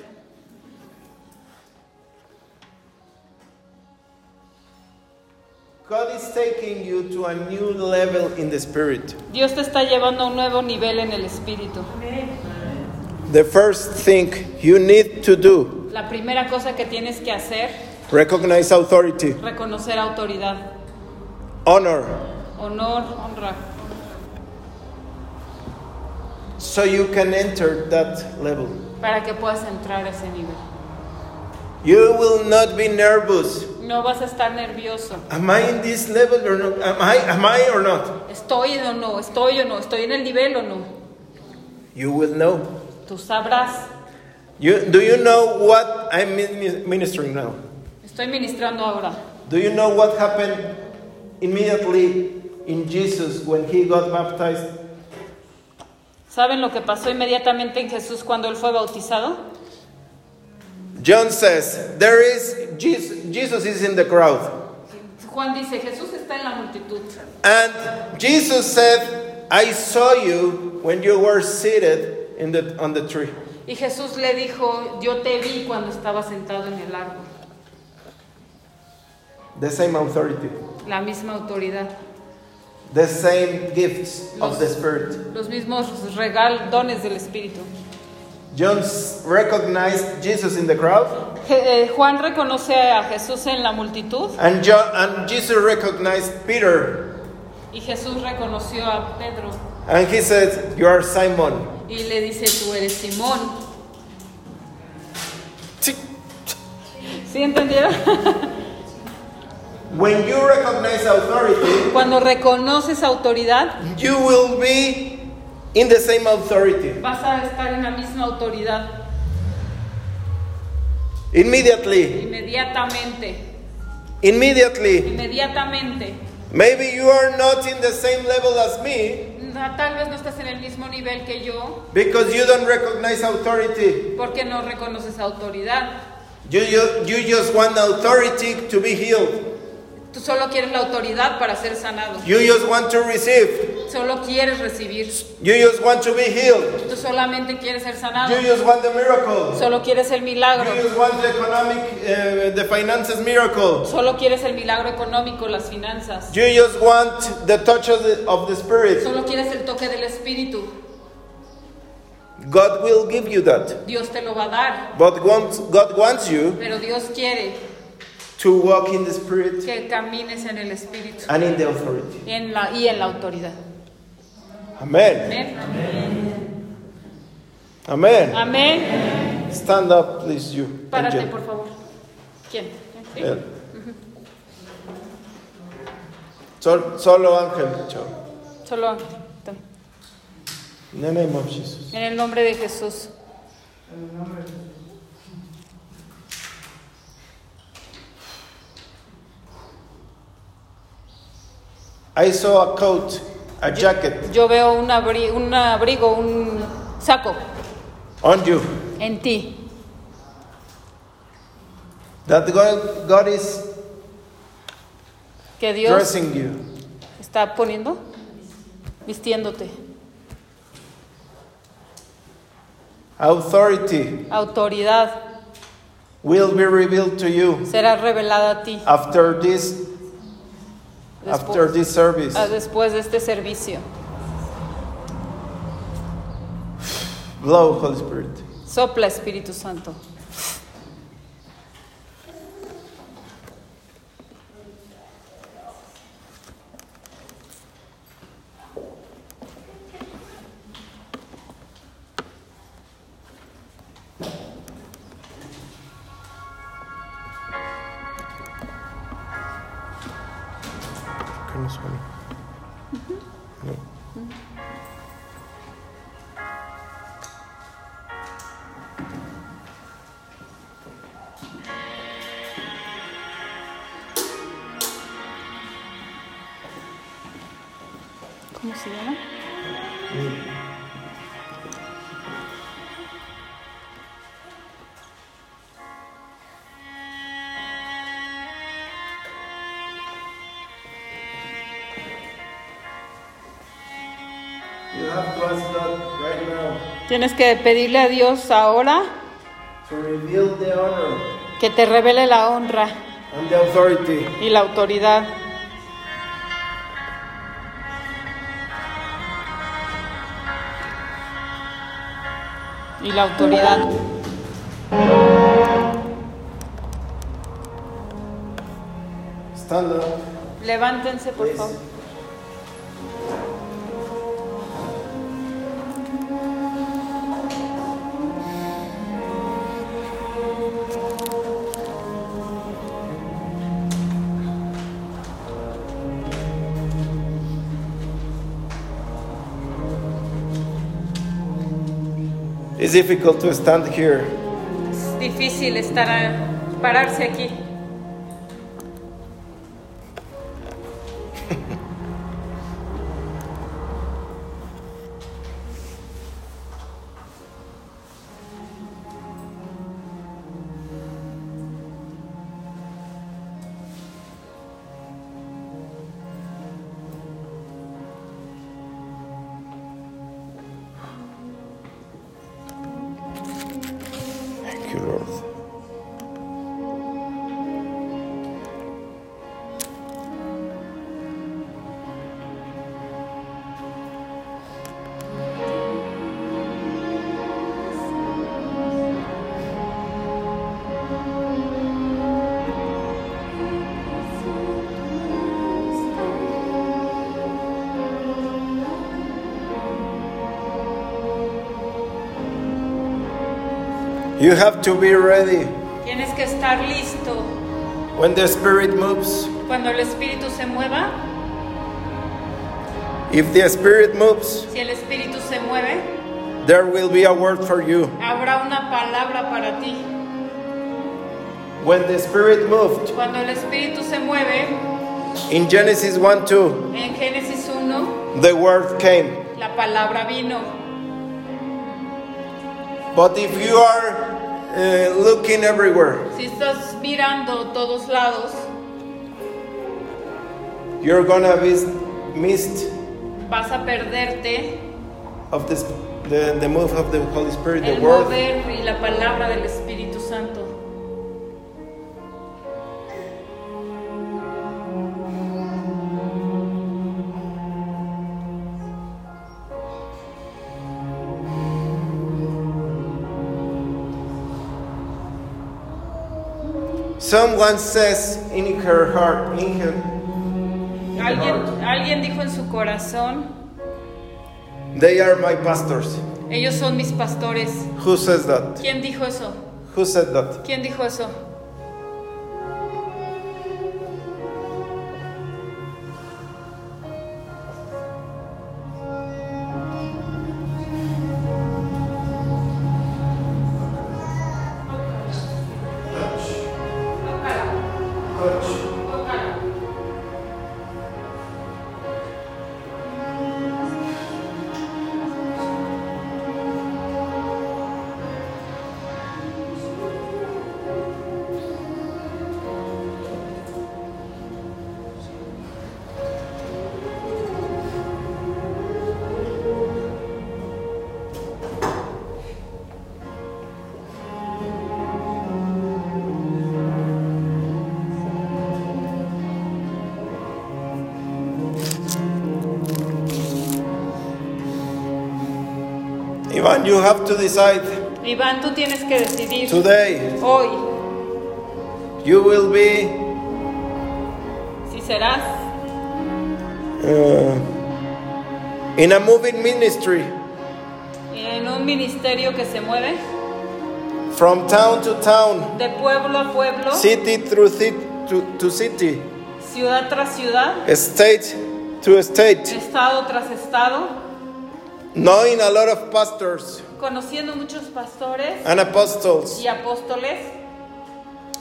A: God is taking you to a new level in the spirit.
B: Dios te está llevando a un nuevo nivel en el espíritu.
A: The first thing you need to do,
B: La primera cosa que tienes que hacer,
A: recognize authority,
B: reconocer autoridad,
A: honor,
B: honor, honra,
A: so you can enter that level.
B: para que puedas entrar a ese nivel.
A: You will not be nervous.
B: No vas a estar nervioso.
A: Am I in this level or not? Am I am I or not?
B: Estoy o no, estoy o no, estoy en el nivel o no.
A: You will know.
B: Tú sabrás.
A: You do you know what I'm min- ministering now?
B: Estoy ministrando ahora.
A: Do you know what happened immediately in Jesus when he got baptized?
B: ¿Saben lo que pasó inmediatamente en Jesús cuando él fue bautizado?
A: John says, There is Jesus, Jesus is in the crowd.
B: Juan dice, Jesús está en la multitud.
A: And Jesus said, I saw you when you were seated in the, on the tree.
B: Y Jesús le dijo, yo te vi cuando estaba sentado en el árbol.
A: The same authority,
B: La misma autoridad,
A: the same gifts of the Spirit.
B: los mismos regal, dones del Espíritu.
A: John s- recognized Jesus in the crowd,
B: Je- eh, Juan reconoce a Jesús en la multitud
A: and, John, and Jesus recognized Peter.
B: y Jesús reconoció a Pedro
A: And he said, You are Simon.
B: y le dice, tú eres Simón. ¿Sí entendieron?
A: When you recognize authority,
B: Cuando reconoces autoridad,
A: you will be in the same authority.
B: vas a estar en la misma autoridad
A: Immediately,
B: inmediatamente,
A: immediately.
B: inmediatamente.
A: Maybe you are not in the same level as me
B: Na- Tal vez no estás en el mismo nivel que yo
A: because you don't recognize authority.
B: porque no reconoces autoridad.
A: You, you, you just want authority to be healed.
B: Tú solo quieres la autoridad para ser sanado.
A: You just want to receive.
B: Solo quieres recibir.
A: You just want to be healed.
B: Tú solamente quieres ser sanado.
A: You just want the miracle.
B: Solo quieres el milagro.
A: You just want the economic, uh, the finances miracle.
B: Solo quieres el milagro económico, las finanzas.
A: You just want the touch of the, of the Spirit.
B: Solo quieres el toque del Espíritu.
A: God will give you that.
B: Dios te lo va a dar.
A: But wants, God wants you
B: Pero Dios quiere
A: to walk in the Spirit
B: que camines en el Espíritu
A: and in the authority.
B: en la, y en la autoridad.
A: Amen.
B: Amén.
A: Amen.
B: Amén.
A: Stand up, please, you.
B: Párate,
A: Angel.
B: por favor. ¿Quién? ¿Sí?
A: Yeah. Sol- Solo Ángel. chao.
B: Solo
A: In the name of Jesus.
B: en el nombre de Jesús.
A: I saw a coat, a jacket
B: Yo veo un, abri- un abrigo, un saco
A: on you.
B: en ti.
A: That God, God is
B: Que Dios
A: dressing you.
B: está poniendo, vistiéndote.
A: Authority
B: Autoridad
A: will be revealed to you
B: será revelada a ti
A: after this after
B: después,
A: this service.
B: ah, después de este servicio.
A: Blow, Holy Spirit.
B: Sopla, Espíritu Santo.
A: Que no suene. No.
B: ¿Cómo se llama?
A: You have to ask God right now
B: Tienes que pedirle a Dios ahora
A: to reveal the honor
B: que te revele la honra
A: and the authority.
B: y la autoridad. Y la autoridad.
A: Stand up,
B: Levántense, por
A: please.
B: favor.
A: It's difficult to stand here.
B: Es difícil estar a- pararse aquí.
A: Thank you, Lord. You have to be ready
B: Tienes que estar listo.
A: when the Spirit moves.
B: Cuando el espíritu se mueva,
A: If the Spirit moves,
B: si el espíritu se mueve,
A: there will be a word for you.
B: habrá una palabra para ti.
A: When the Spirit moved
B: Cuando el espíritu se mueve,
A: in Genesis 1 2,
B: en Génesis 1,
A: the word came.
B: la palabra vino.
A: But if you are uh, looking everywhere,
B: Si estás mirando todos lados,
A: you're gonna be missed
B: vas a perderte
A: of this, the, the move of the Holy Spirit, the
B: el
A: Word.
B: mover y la palabra del Espíritu Santo.
A: Someone says in her heart, in her,
B: Alguien, alguien dijo en su corazón,
A: they are my pastors.
B: ellos son mis pastores.
A: Who says that?
B: ¿Quién dijo eso?
A: Who said that?
B: ¿Quién dijo eso?
A: Ivan, you have to decide
B: Iván, tú tienes que decidir
A: today.
B: hoy
A: You will be
B: si serás
A: uh, in a moving ministry
B: en un ministerio que se mueve
A: from town to town,
B: de pueblo a pueblo,
A: city through ci- to, to city,
B: ciudad tras ciudad,
A: state to state,
B: estado tras estado,
A: knowing a lot of pastors
B: conociendo muchos pastores
A: and apostles,
B: y apóstoles,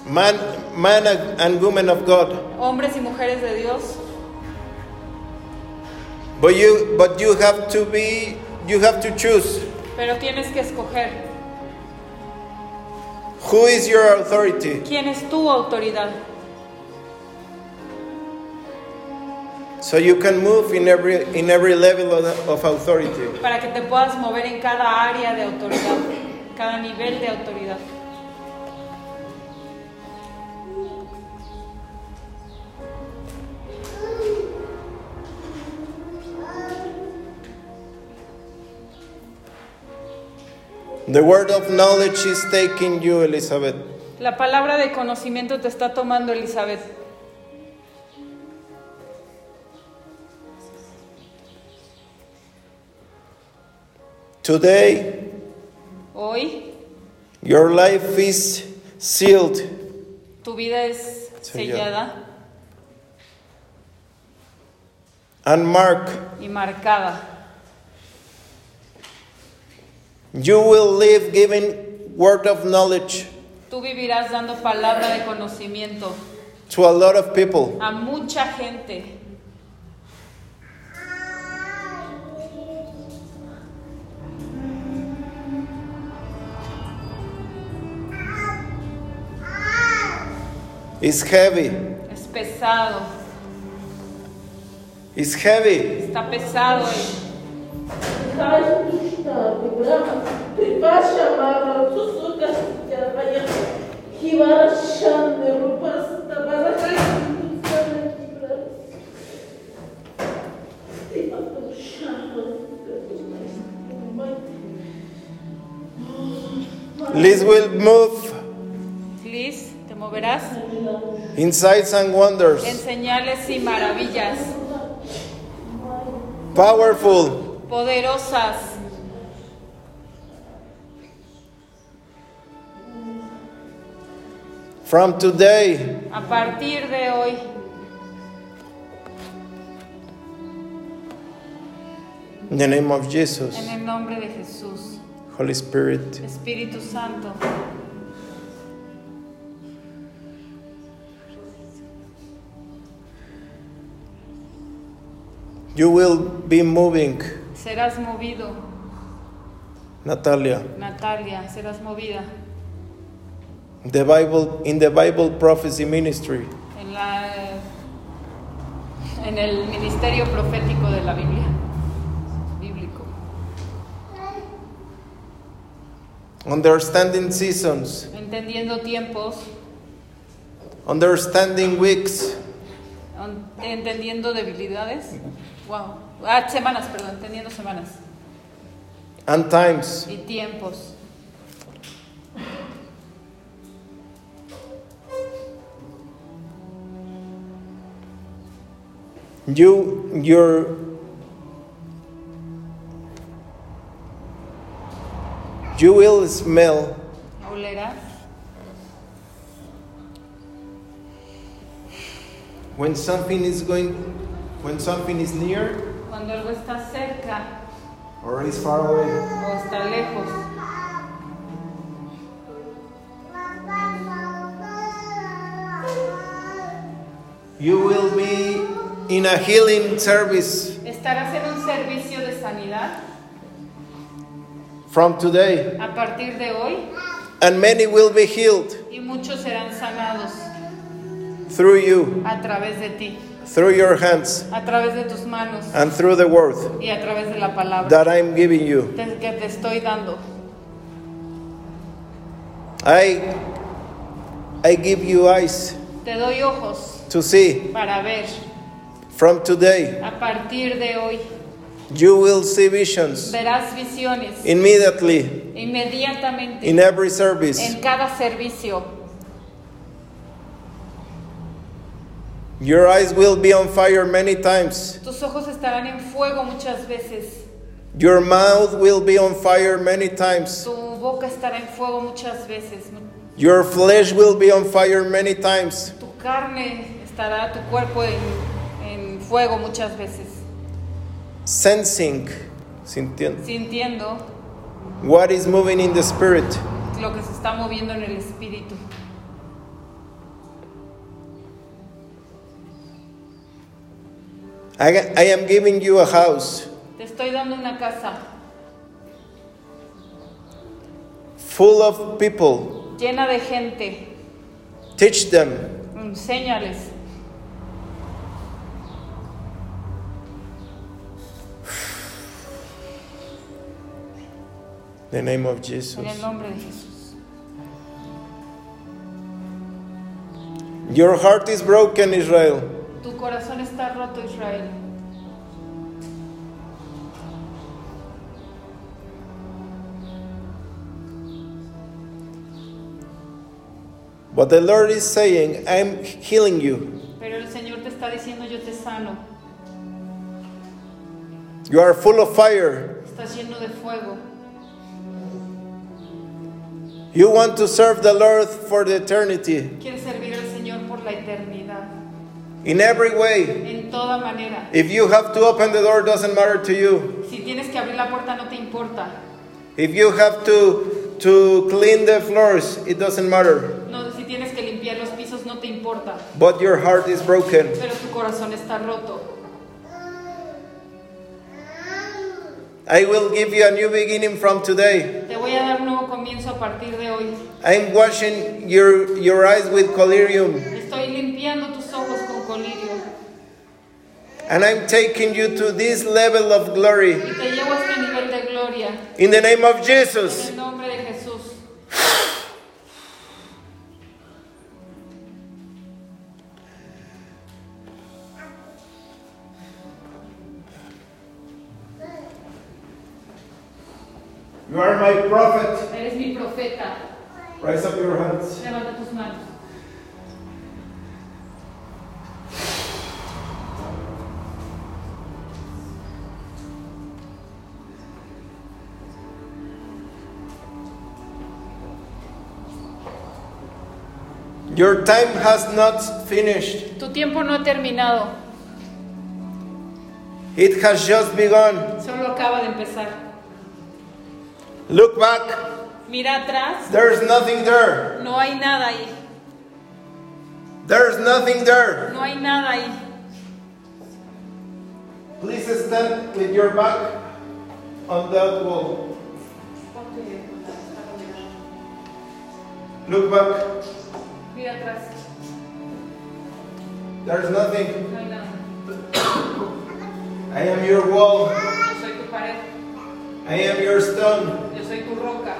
A: man, man and women of God.
B: hombres y mujeres de Dios.
A: But you, but you have to be, you have to choose
B: Pero tienes que escoger
A: who is your authority.
B: quién es tu autoridad
A: So you can move in every in every level of, of authority.
B: para que te puedas mover en cada área de autoridad, cada nivel de autoridad.
A: The word of knowledge is taking you, Elizabeth.
B: La palabra de conocimiento te está tomando, Elizabeth.
A: Today,
B: Hoy
A: your life is sealed
B: tu vida es
A: Sellada.
B: sellada
A: and marked.
B: y marcada.
A: You will live giving word of knowledge
B: Tú vivirás dando palabra de conocimiento
A: to a lot of people.
B: a mucha gente.
A: It's heavy.
B: Es pesado,
A: It's heavy.
B: está pesado. eh.
D: Каждый штат, да, припаша мама, сусука, тябая, хиварашанны, рупаста, барахай, сусана, кибрас. Ты потом шама,
A: Liz will move
B: Liz, te moverás
A: in signs and wonders.
B: en señales y maravillas
A: Powerful.
B: poderosas.
A: From today,
B: A partir de hoy
A: in the name of Jesus,
B: En el nombre de Jesús,
A: Holy Spirit,
B: Espíritu Santo,
A: you will be moving,
B: serás movido,
A: Natalia.
B: Natalia, serás movida.
A: The Bible in the Bible prophecy ministry.
B: En, la, en el ministerio profético de la Biblia.
A: understanding seasons,
B: entendiendo tiempos,
A: understanding weeks,
B: on- entendiendo debilidades. Wow. Ah, semanas, perdón, entendiendo semanas
A: and times.
B: y tiempos.
A: You, your, you will smell
B: Olerás
A: when something is going, when something is near
B: cuando algo está cerca
A: or is far away.
B: o está lejos.
A: You will be in a healing service
B: Estarás en un servicio de sanidad
A: from today,
B: a partir de hoy
A: and many will be healed
B: y muchos serán sanados
A: through you,
B: a través de ti,
A: through your hands,
B: a través de tus manos
A: and through the word
B: y a través de la palabra
A: that I'm giving you.
B: te- que te estoy dando.
A: I, I give you eyes
B: Te doy ojos
A: to see.
B: para ver.
A: From today,
B: A partir de hoy
A: you will see visions
B: verás visiones
A: immediately
B: inmediatamente
A: in every service.
B: en cada servicio.
A: Your eyes will be on fire many times.
B: Tus ojos estarán en fuego muchas veces.
A: Your mouth will be on fire many times.
B: Tu boca estará en fuego muchas veces.
A: Your flesh will be on fire many times.
B: Tu carne estará, tu cuerpo en, en fuego muchas veces.
A: Sensing, sintiendo.
B: Sintiendo
A: What is moving in the spirit?
B: lo que se está moviendo en el espíritu.
A: I, I am giving you a house
B: Te estoy dando una casa
A: full of people.
B: llena de gente.
A: Teach them.
B: Enséñales.
A: The name of
B: En el
A: Jesus.
B: nombre de Jesús.
A: Your heart is broken, Israel.
B: Tu corazón está roto, Israel.
A: But the Lord is saying, I'm healing you.
B: Pero el Señor te está diciendo, yo te sano.
A: You are full of fire.
B: Estás lleno de fuego.
A: You want to serve the Lord for the eternity
B: Quieres servir al Señor por la eternidad.
A: in every way.
B: En toda manera.
A: If you have to open the door, doesn't matter to you.
B: Si tienes que abrir la puerta, no te importa.
A: If you have to to clean the floors, it doesn't matter.
B: No, si tienes que limpiar los pisos, no te importa.
A: But your heart is broken.
B: Pero tu corazón está roto.
A: I will give you a new beginning from today.
B: Te voy a dar un nuevo comienzo a partir de hoy.
A: I'm washing your, your eyes with collyrium,
B: Estoy limpiando tus ojos con colirio.
A: and I'm taking you to this level of glory
B: Y te llevo a este nivel de gloria.
A: in the name of
B: En
A: Jesus.
B: el nombre de Jesús.
A: You are my prophet.
B: Eres mi profeta.
A: Raise up your hands.
B: Levanta tus manos.
A: Your time has not finished,
B: Tu tiempo no ha terminado.
A: it has just begun.
B: Solo acaba de empezar.
A: Look back,
B: Mira atrás.
A: there's nothing there.
B: No hay nada ahí.
A: There's nothing there.
B: No hay nada ahí.
A: Please stand with your back on that wall. Look back,
B: Mira atrás.
A: there's nothing.
B: No hay nada.
A: I am your wall,
B: Yo soy tu pared.
A: I am your stone.
B: Yo soy tu roca.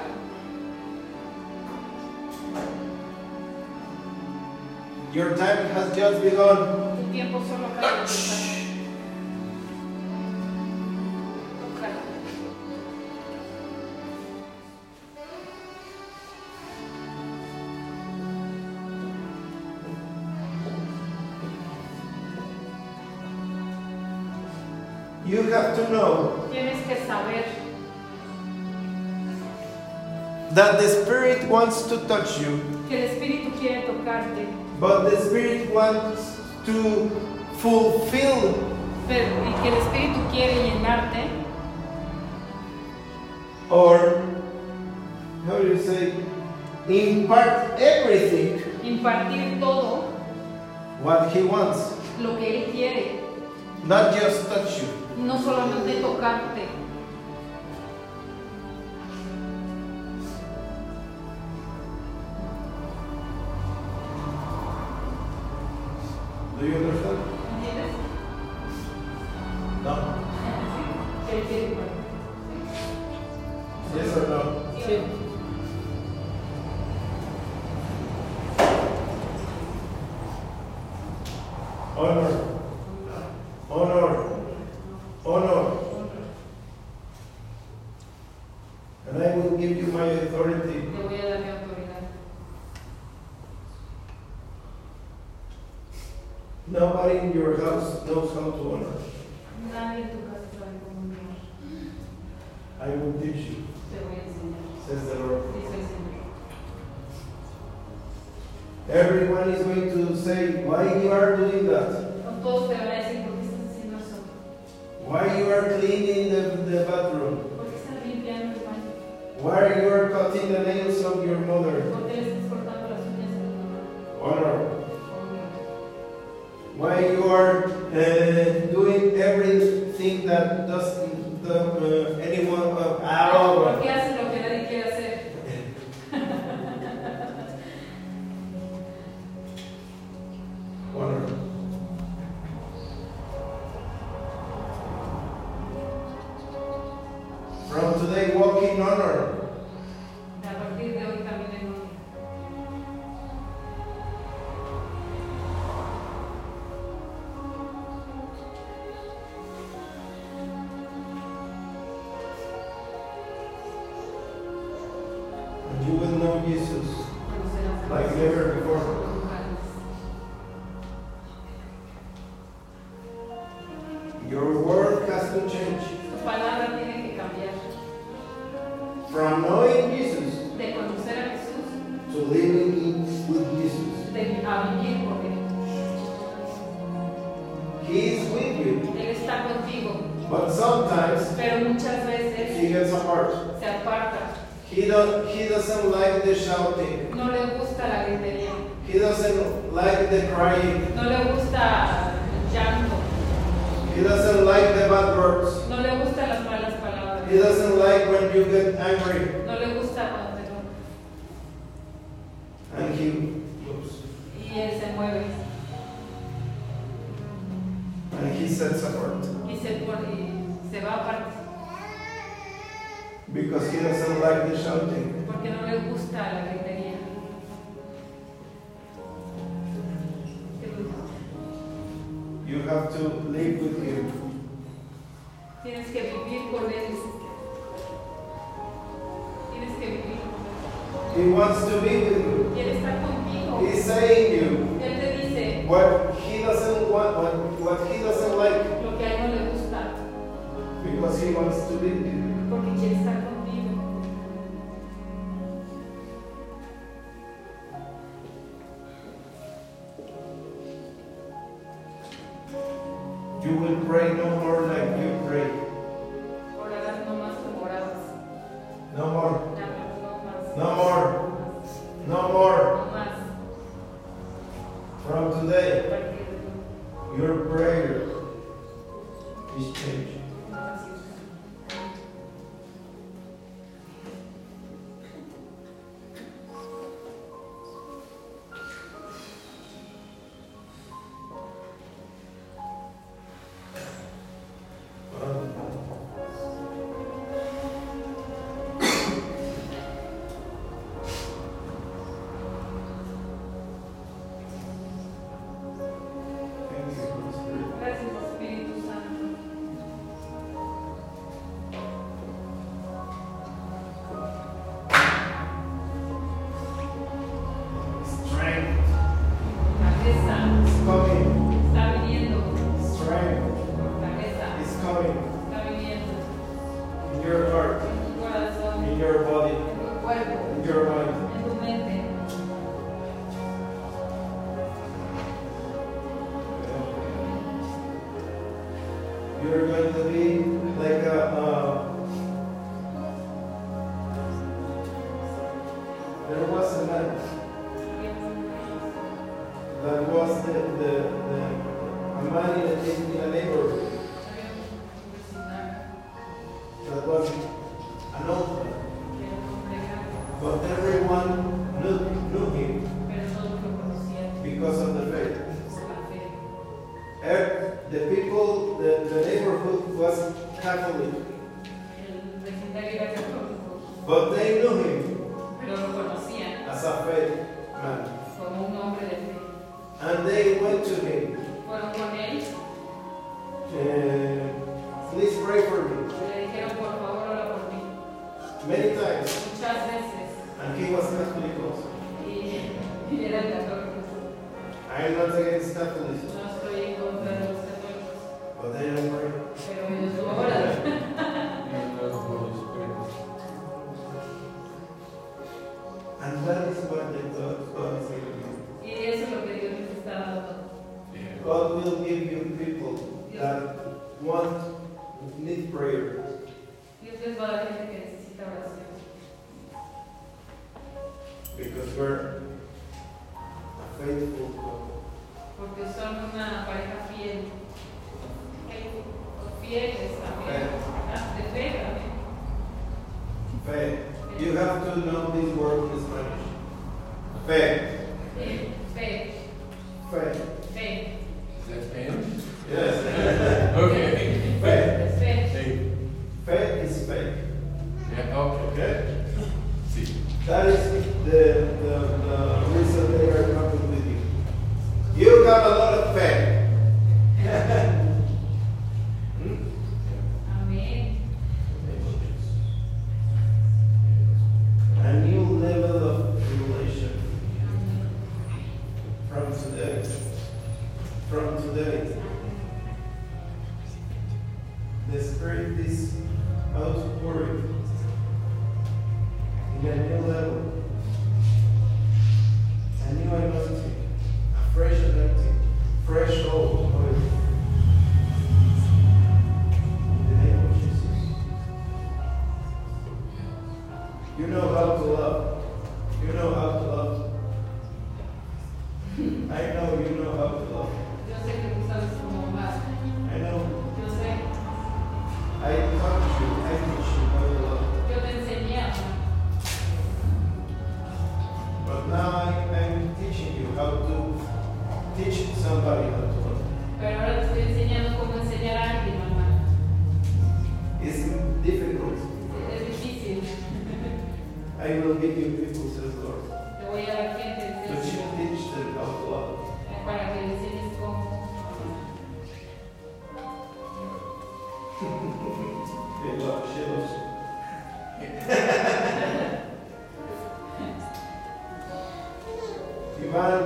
A: Your time has just begun.
B: Tu tiempo solo acaba de empezar. Ojalá.
A: You have to know
B: Tienes que saber
A: that the Spirit wants to touch you,
B: que el Espíritu quiere tocarte,
A: but the Spirit wants to fulfill
B: pero, y que el Espíritu quiere llenarte,
A: or, how do you say, impart everything
B: impartir todo
A: what He wants,
B: lo que Él quiere,
A: not just touch you.
B: no solamente tocarte.
A: Do you understand?
B: ¿Entiendes?
A: No.
B: Que Él quiere para ti.
A: Yes or no?
B: Sí.
A: Honor. Honor. Honor. And I will give you my authority.
B: Te voy a dar mi autoridad.
A: Nobody in your house knows how to honor.
B: Nadie en tu casa sabe cómo honrar.
A: I will teach you,
B: Te voy a enseñar.
A: says the Lord.
B: Dice el Señor.
A: Everyone is going to say why you are doing that,
B: No todos te van a decir por qué estás haciendo eso.
A: why you are cleaning the, the bathroom,
B: ¿Por qué estás limpiando el baño?
A: why you are cutting the nails of your mother.
B: ¿Por qué le estás cortando las uñas a tu mamá?
A: Honor.
B: Honra.
A: Why you are uh, doing everything that doesn't the, uh, anyone uh, at
B: ¿Por
A: all.
B: qué haces lo que nadie quiere hacer?
A: Honor. From today, walk in honor.
B: A partir de hoy también en honra.
A: And you will know Jesus
B: Conocerás a
A: like
B: Jesús.
A: never before. Your world has to change.
B: Tu palabra tiene que cambiar.
A: From knowing Jesus
B: De conocer a Jesús,
A: to living in with Jesus.
B: de a vivir por Él.
A: He is with you.
B: Él está contigo,
A: But sometimes
B: pero muchas veces
A: he gets apart.
B: se aparta.
A: He, don't, he doesn't like the shouting.
B: No le gusta la gritería,
A: He doesn't like the crying.
B: no le gusta el llanto,
A: He doesn't like the bad words.
B: no le gustan las malas palabras,
A: He doesn't like when you get angry.
B: no le gusta cuando te enojas.
A: And he moves.
B: Y él se mueve
A: And he sets apart.
B: y se, pone- y se va aparte
A: Because he doesn't like the shouting.
B: porque no le gusta la gritería.
A: You have to live with him.
B: Tienes que vivir con él. Tienes que vivir con
A: He wants to be with you.
B: él. Y él está contigo.
A: He's saying you
B: Él te dice
A: what he doesn't want, what, what he doesn't like,
B: lo que a él no le gusta
A: because he wants to be with you.
B: porque quiere estar contigo.
A: You will pray no more like you pray.
B: Orarás no más como orabas.
A: No more.
B: No
A: No
B: más.
A: more. No more.
B: No más.
A: From today,
B: Porque
A: your prayer is changed.
B: no más.
A: uh, was an altar. But everyone knew, knew him
B: pero todos lo conocían
A: because of the faith.
B: por la fe.
A: Ev- The people, the, the neighborhood was Catholic,
B: El vecindario era católico,
A: but they knew him
B: pero lo conocían
A: as a faith man.
B: como un hombre de fe.
A: And they went to him,
B: Fueron con él,
A: uh, please pray for me,
B: le dijeron por favor ora por mí
A: many times.
B: muchas veces
A: And he was Catholic also.
B: y, y eran católicos.
A: I am not against Catholics,
B: No estoy en contra de los católicos,
A: but they don't pray.
B: pero ellos no oran.
A: And that is what the God God is giving you.
B: Y eso es lo que Dios les está dando.
A: God will give you people that want, need prayer.
B: Dios les va a dar gente que necesita oración.
A: Because we're a faithful God.
B: Porque son una pareja fiel. Fiel- Fieles también. Ah, De fe también.
A: Fe. You have to know this word in Spanish. Fe.
B: Fe, fe,
A: Fe.
B: fe.
A: Yes.
C: Okay.
A: Fe.
B: Es fe.
C: Hey.
A: Fe is faith.
C: Yeah, okay.
A: Okay?
C: See.
A: That is the, the, the reason they are coming with you. You got a lot of faith.
B: Amén.
A: A new level of revelation from today. From today. The Spirit is outpouring in a new level. A new anointing. A fresh anointing. Fresh oil. oil. In the name of Jesus. You know how to love. You know how to love. I know you know how to love.
B: Yo sé que tú sabes cómo amar.
A: I know.
B: Yo sé.
A: I taught you. I teach you how to love.
B: Yo te enseñé a amar.
A: But now I, I'm teaching you how to teach somebody how to love.
B: Pero ahora te estoy enseñando cómo enseñar a alguien a amar.
A: It's difficult.
B: Es difícil.
A: I will give you people, says the Lord,
B: Te voy a dar gente
A: to teach
B: enseña,
A: teach them how to love.
B: para que le enseñes cómo.
A: They love. She loves you. Ivan,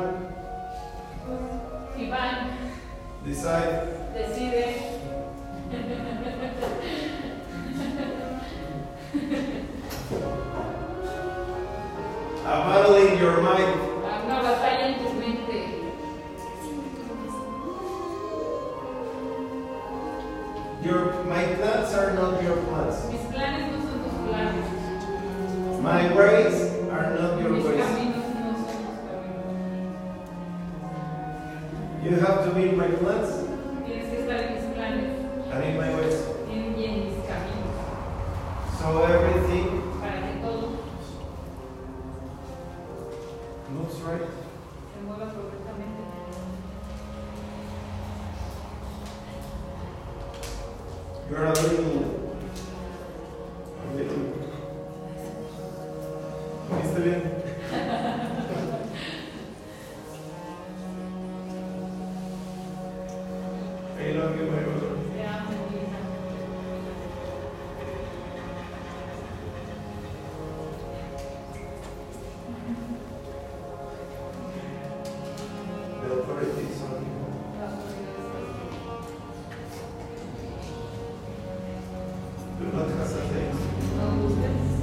B: Iván
A: decide
B: decide.
A: A battle in your mind.
B: a Una batalla en tu mente.
A: Your my plans are not your plans.
B: Mis planes no son tus planes.
A: My ways are not your
B: Mis
A: ways.
B: caminos no son tus caminos.
A: You have to be in my plans
B: Tienes que estar en mis planes
A: and in my ways.
B: y en- y en mis caminos.
A: So everything
B: Para que todo
A: moves right.
B: se mueva correctamente.
A: You're a little. a little. ¿Viste bien? I love you, my brother.
B: Te amo, hija.
A: The authority is on you. Do not hesitate.
B: No dudes.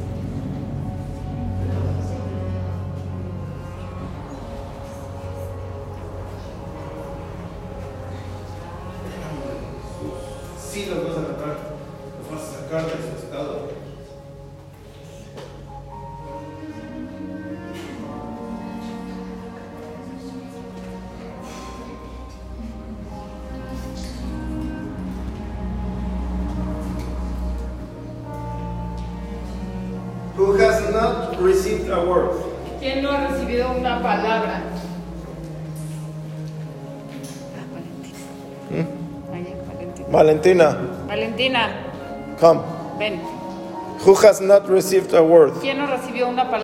A: Sí los vas a matar, los vas a sacar de su estado.
C: received a word?
B: ¿Quién no ha recibido una palabra? Ah,
A: Valentina,
B: Valentina,
A: come.
B: ven.
A: Who has not received a word?
B: ¿Quién no recibió una palabra?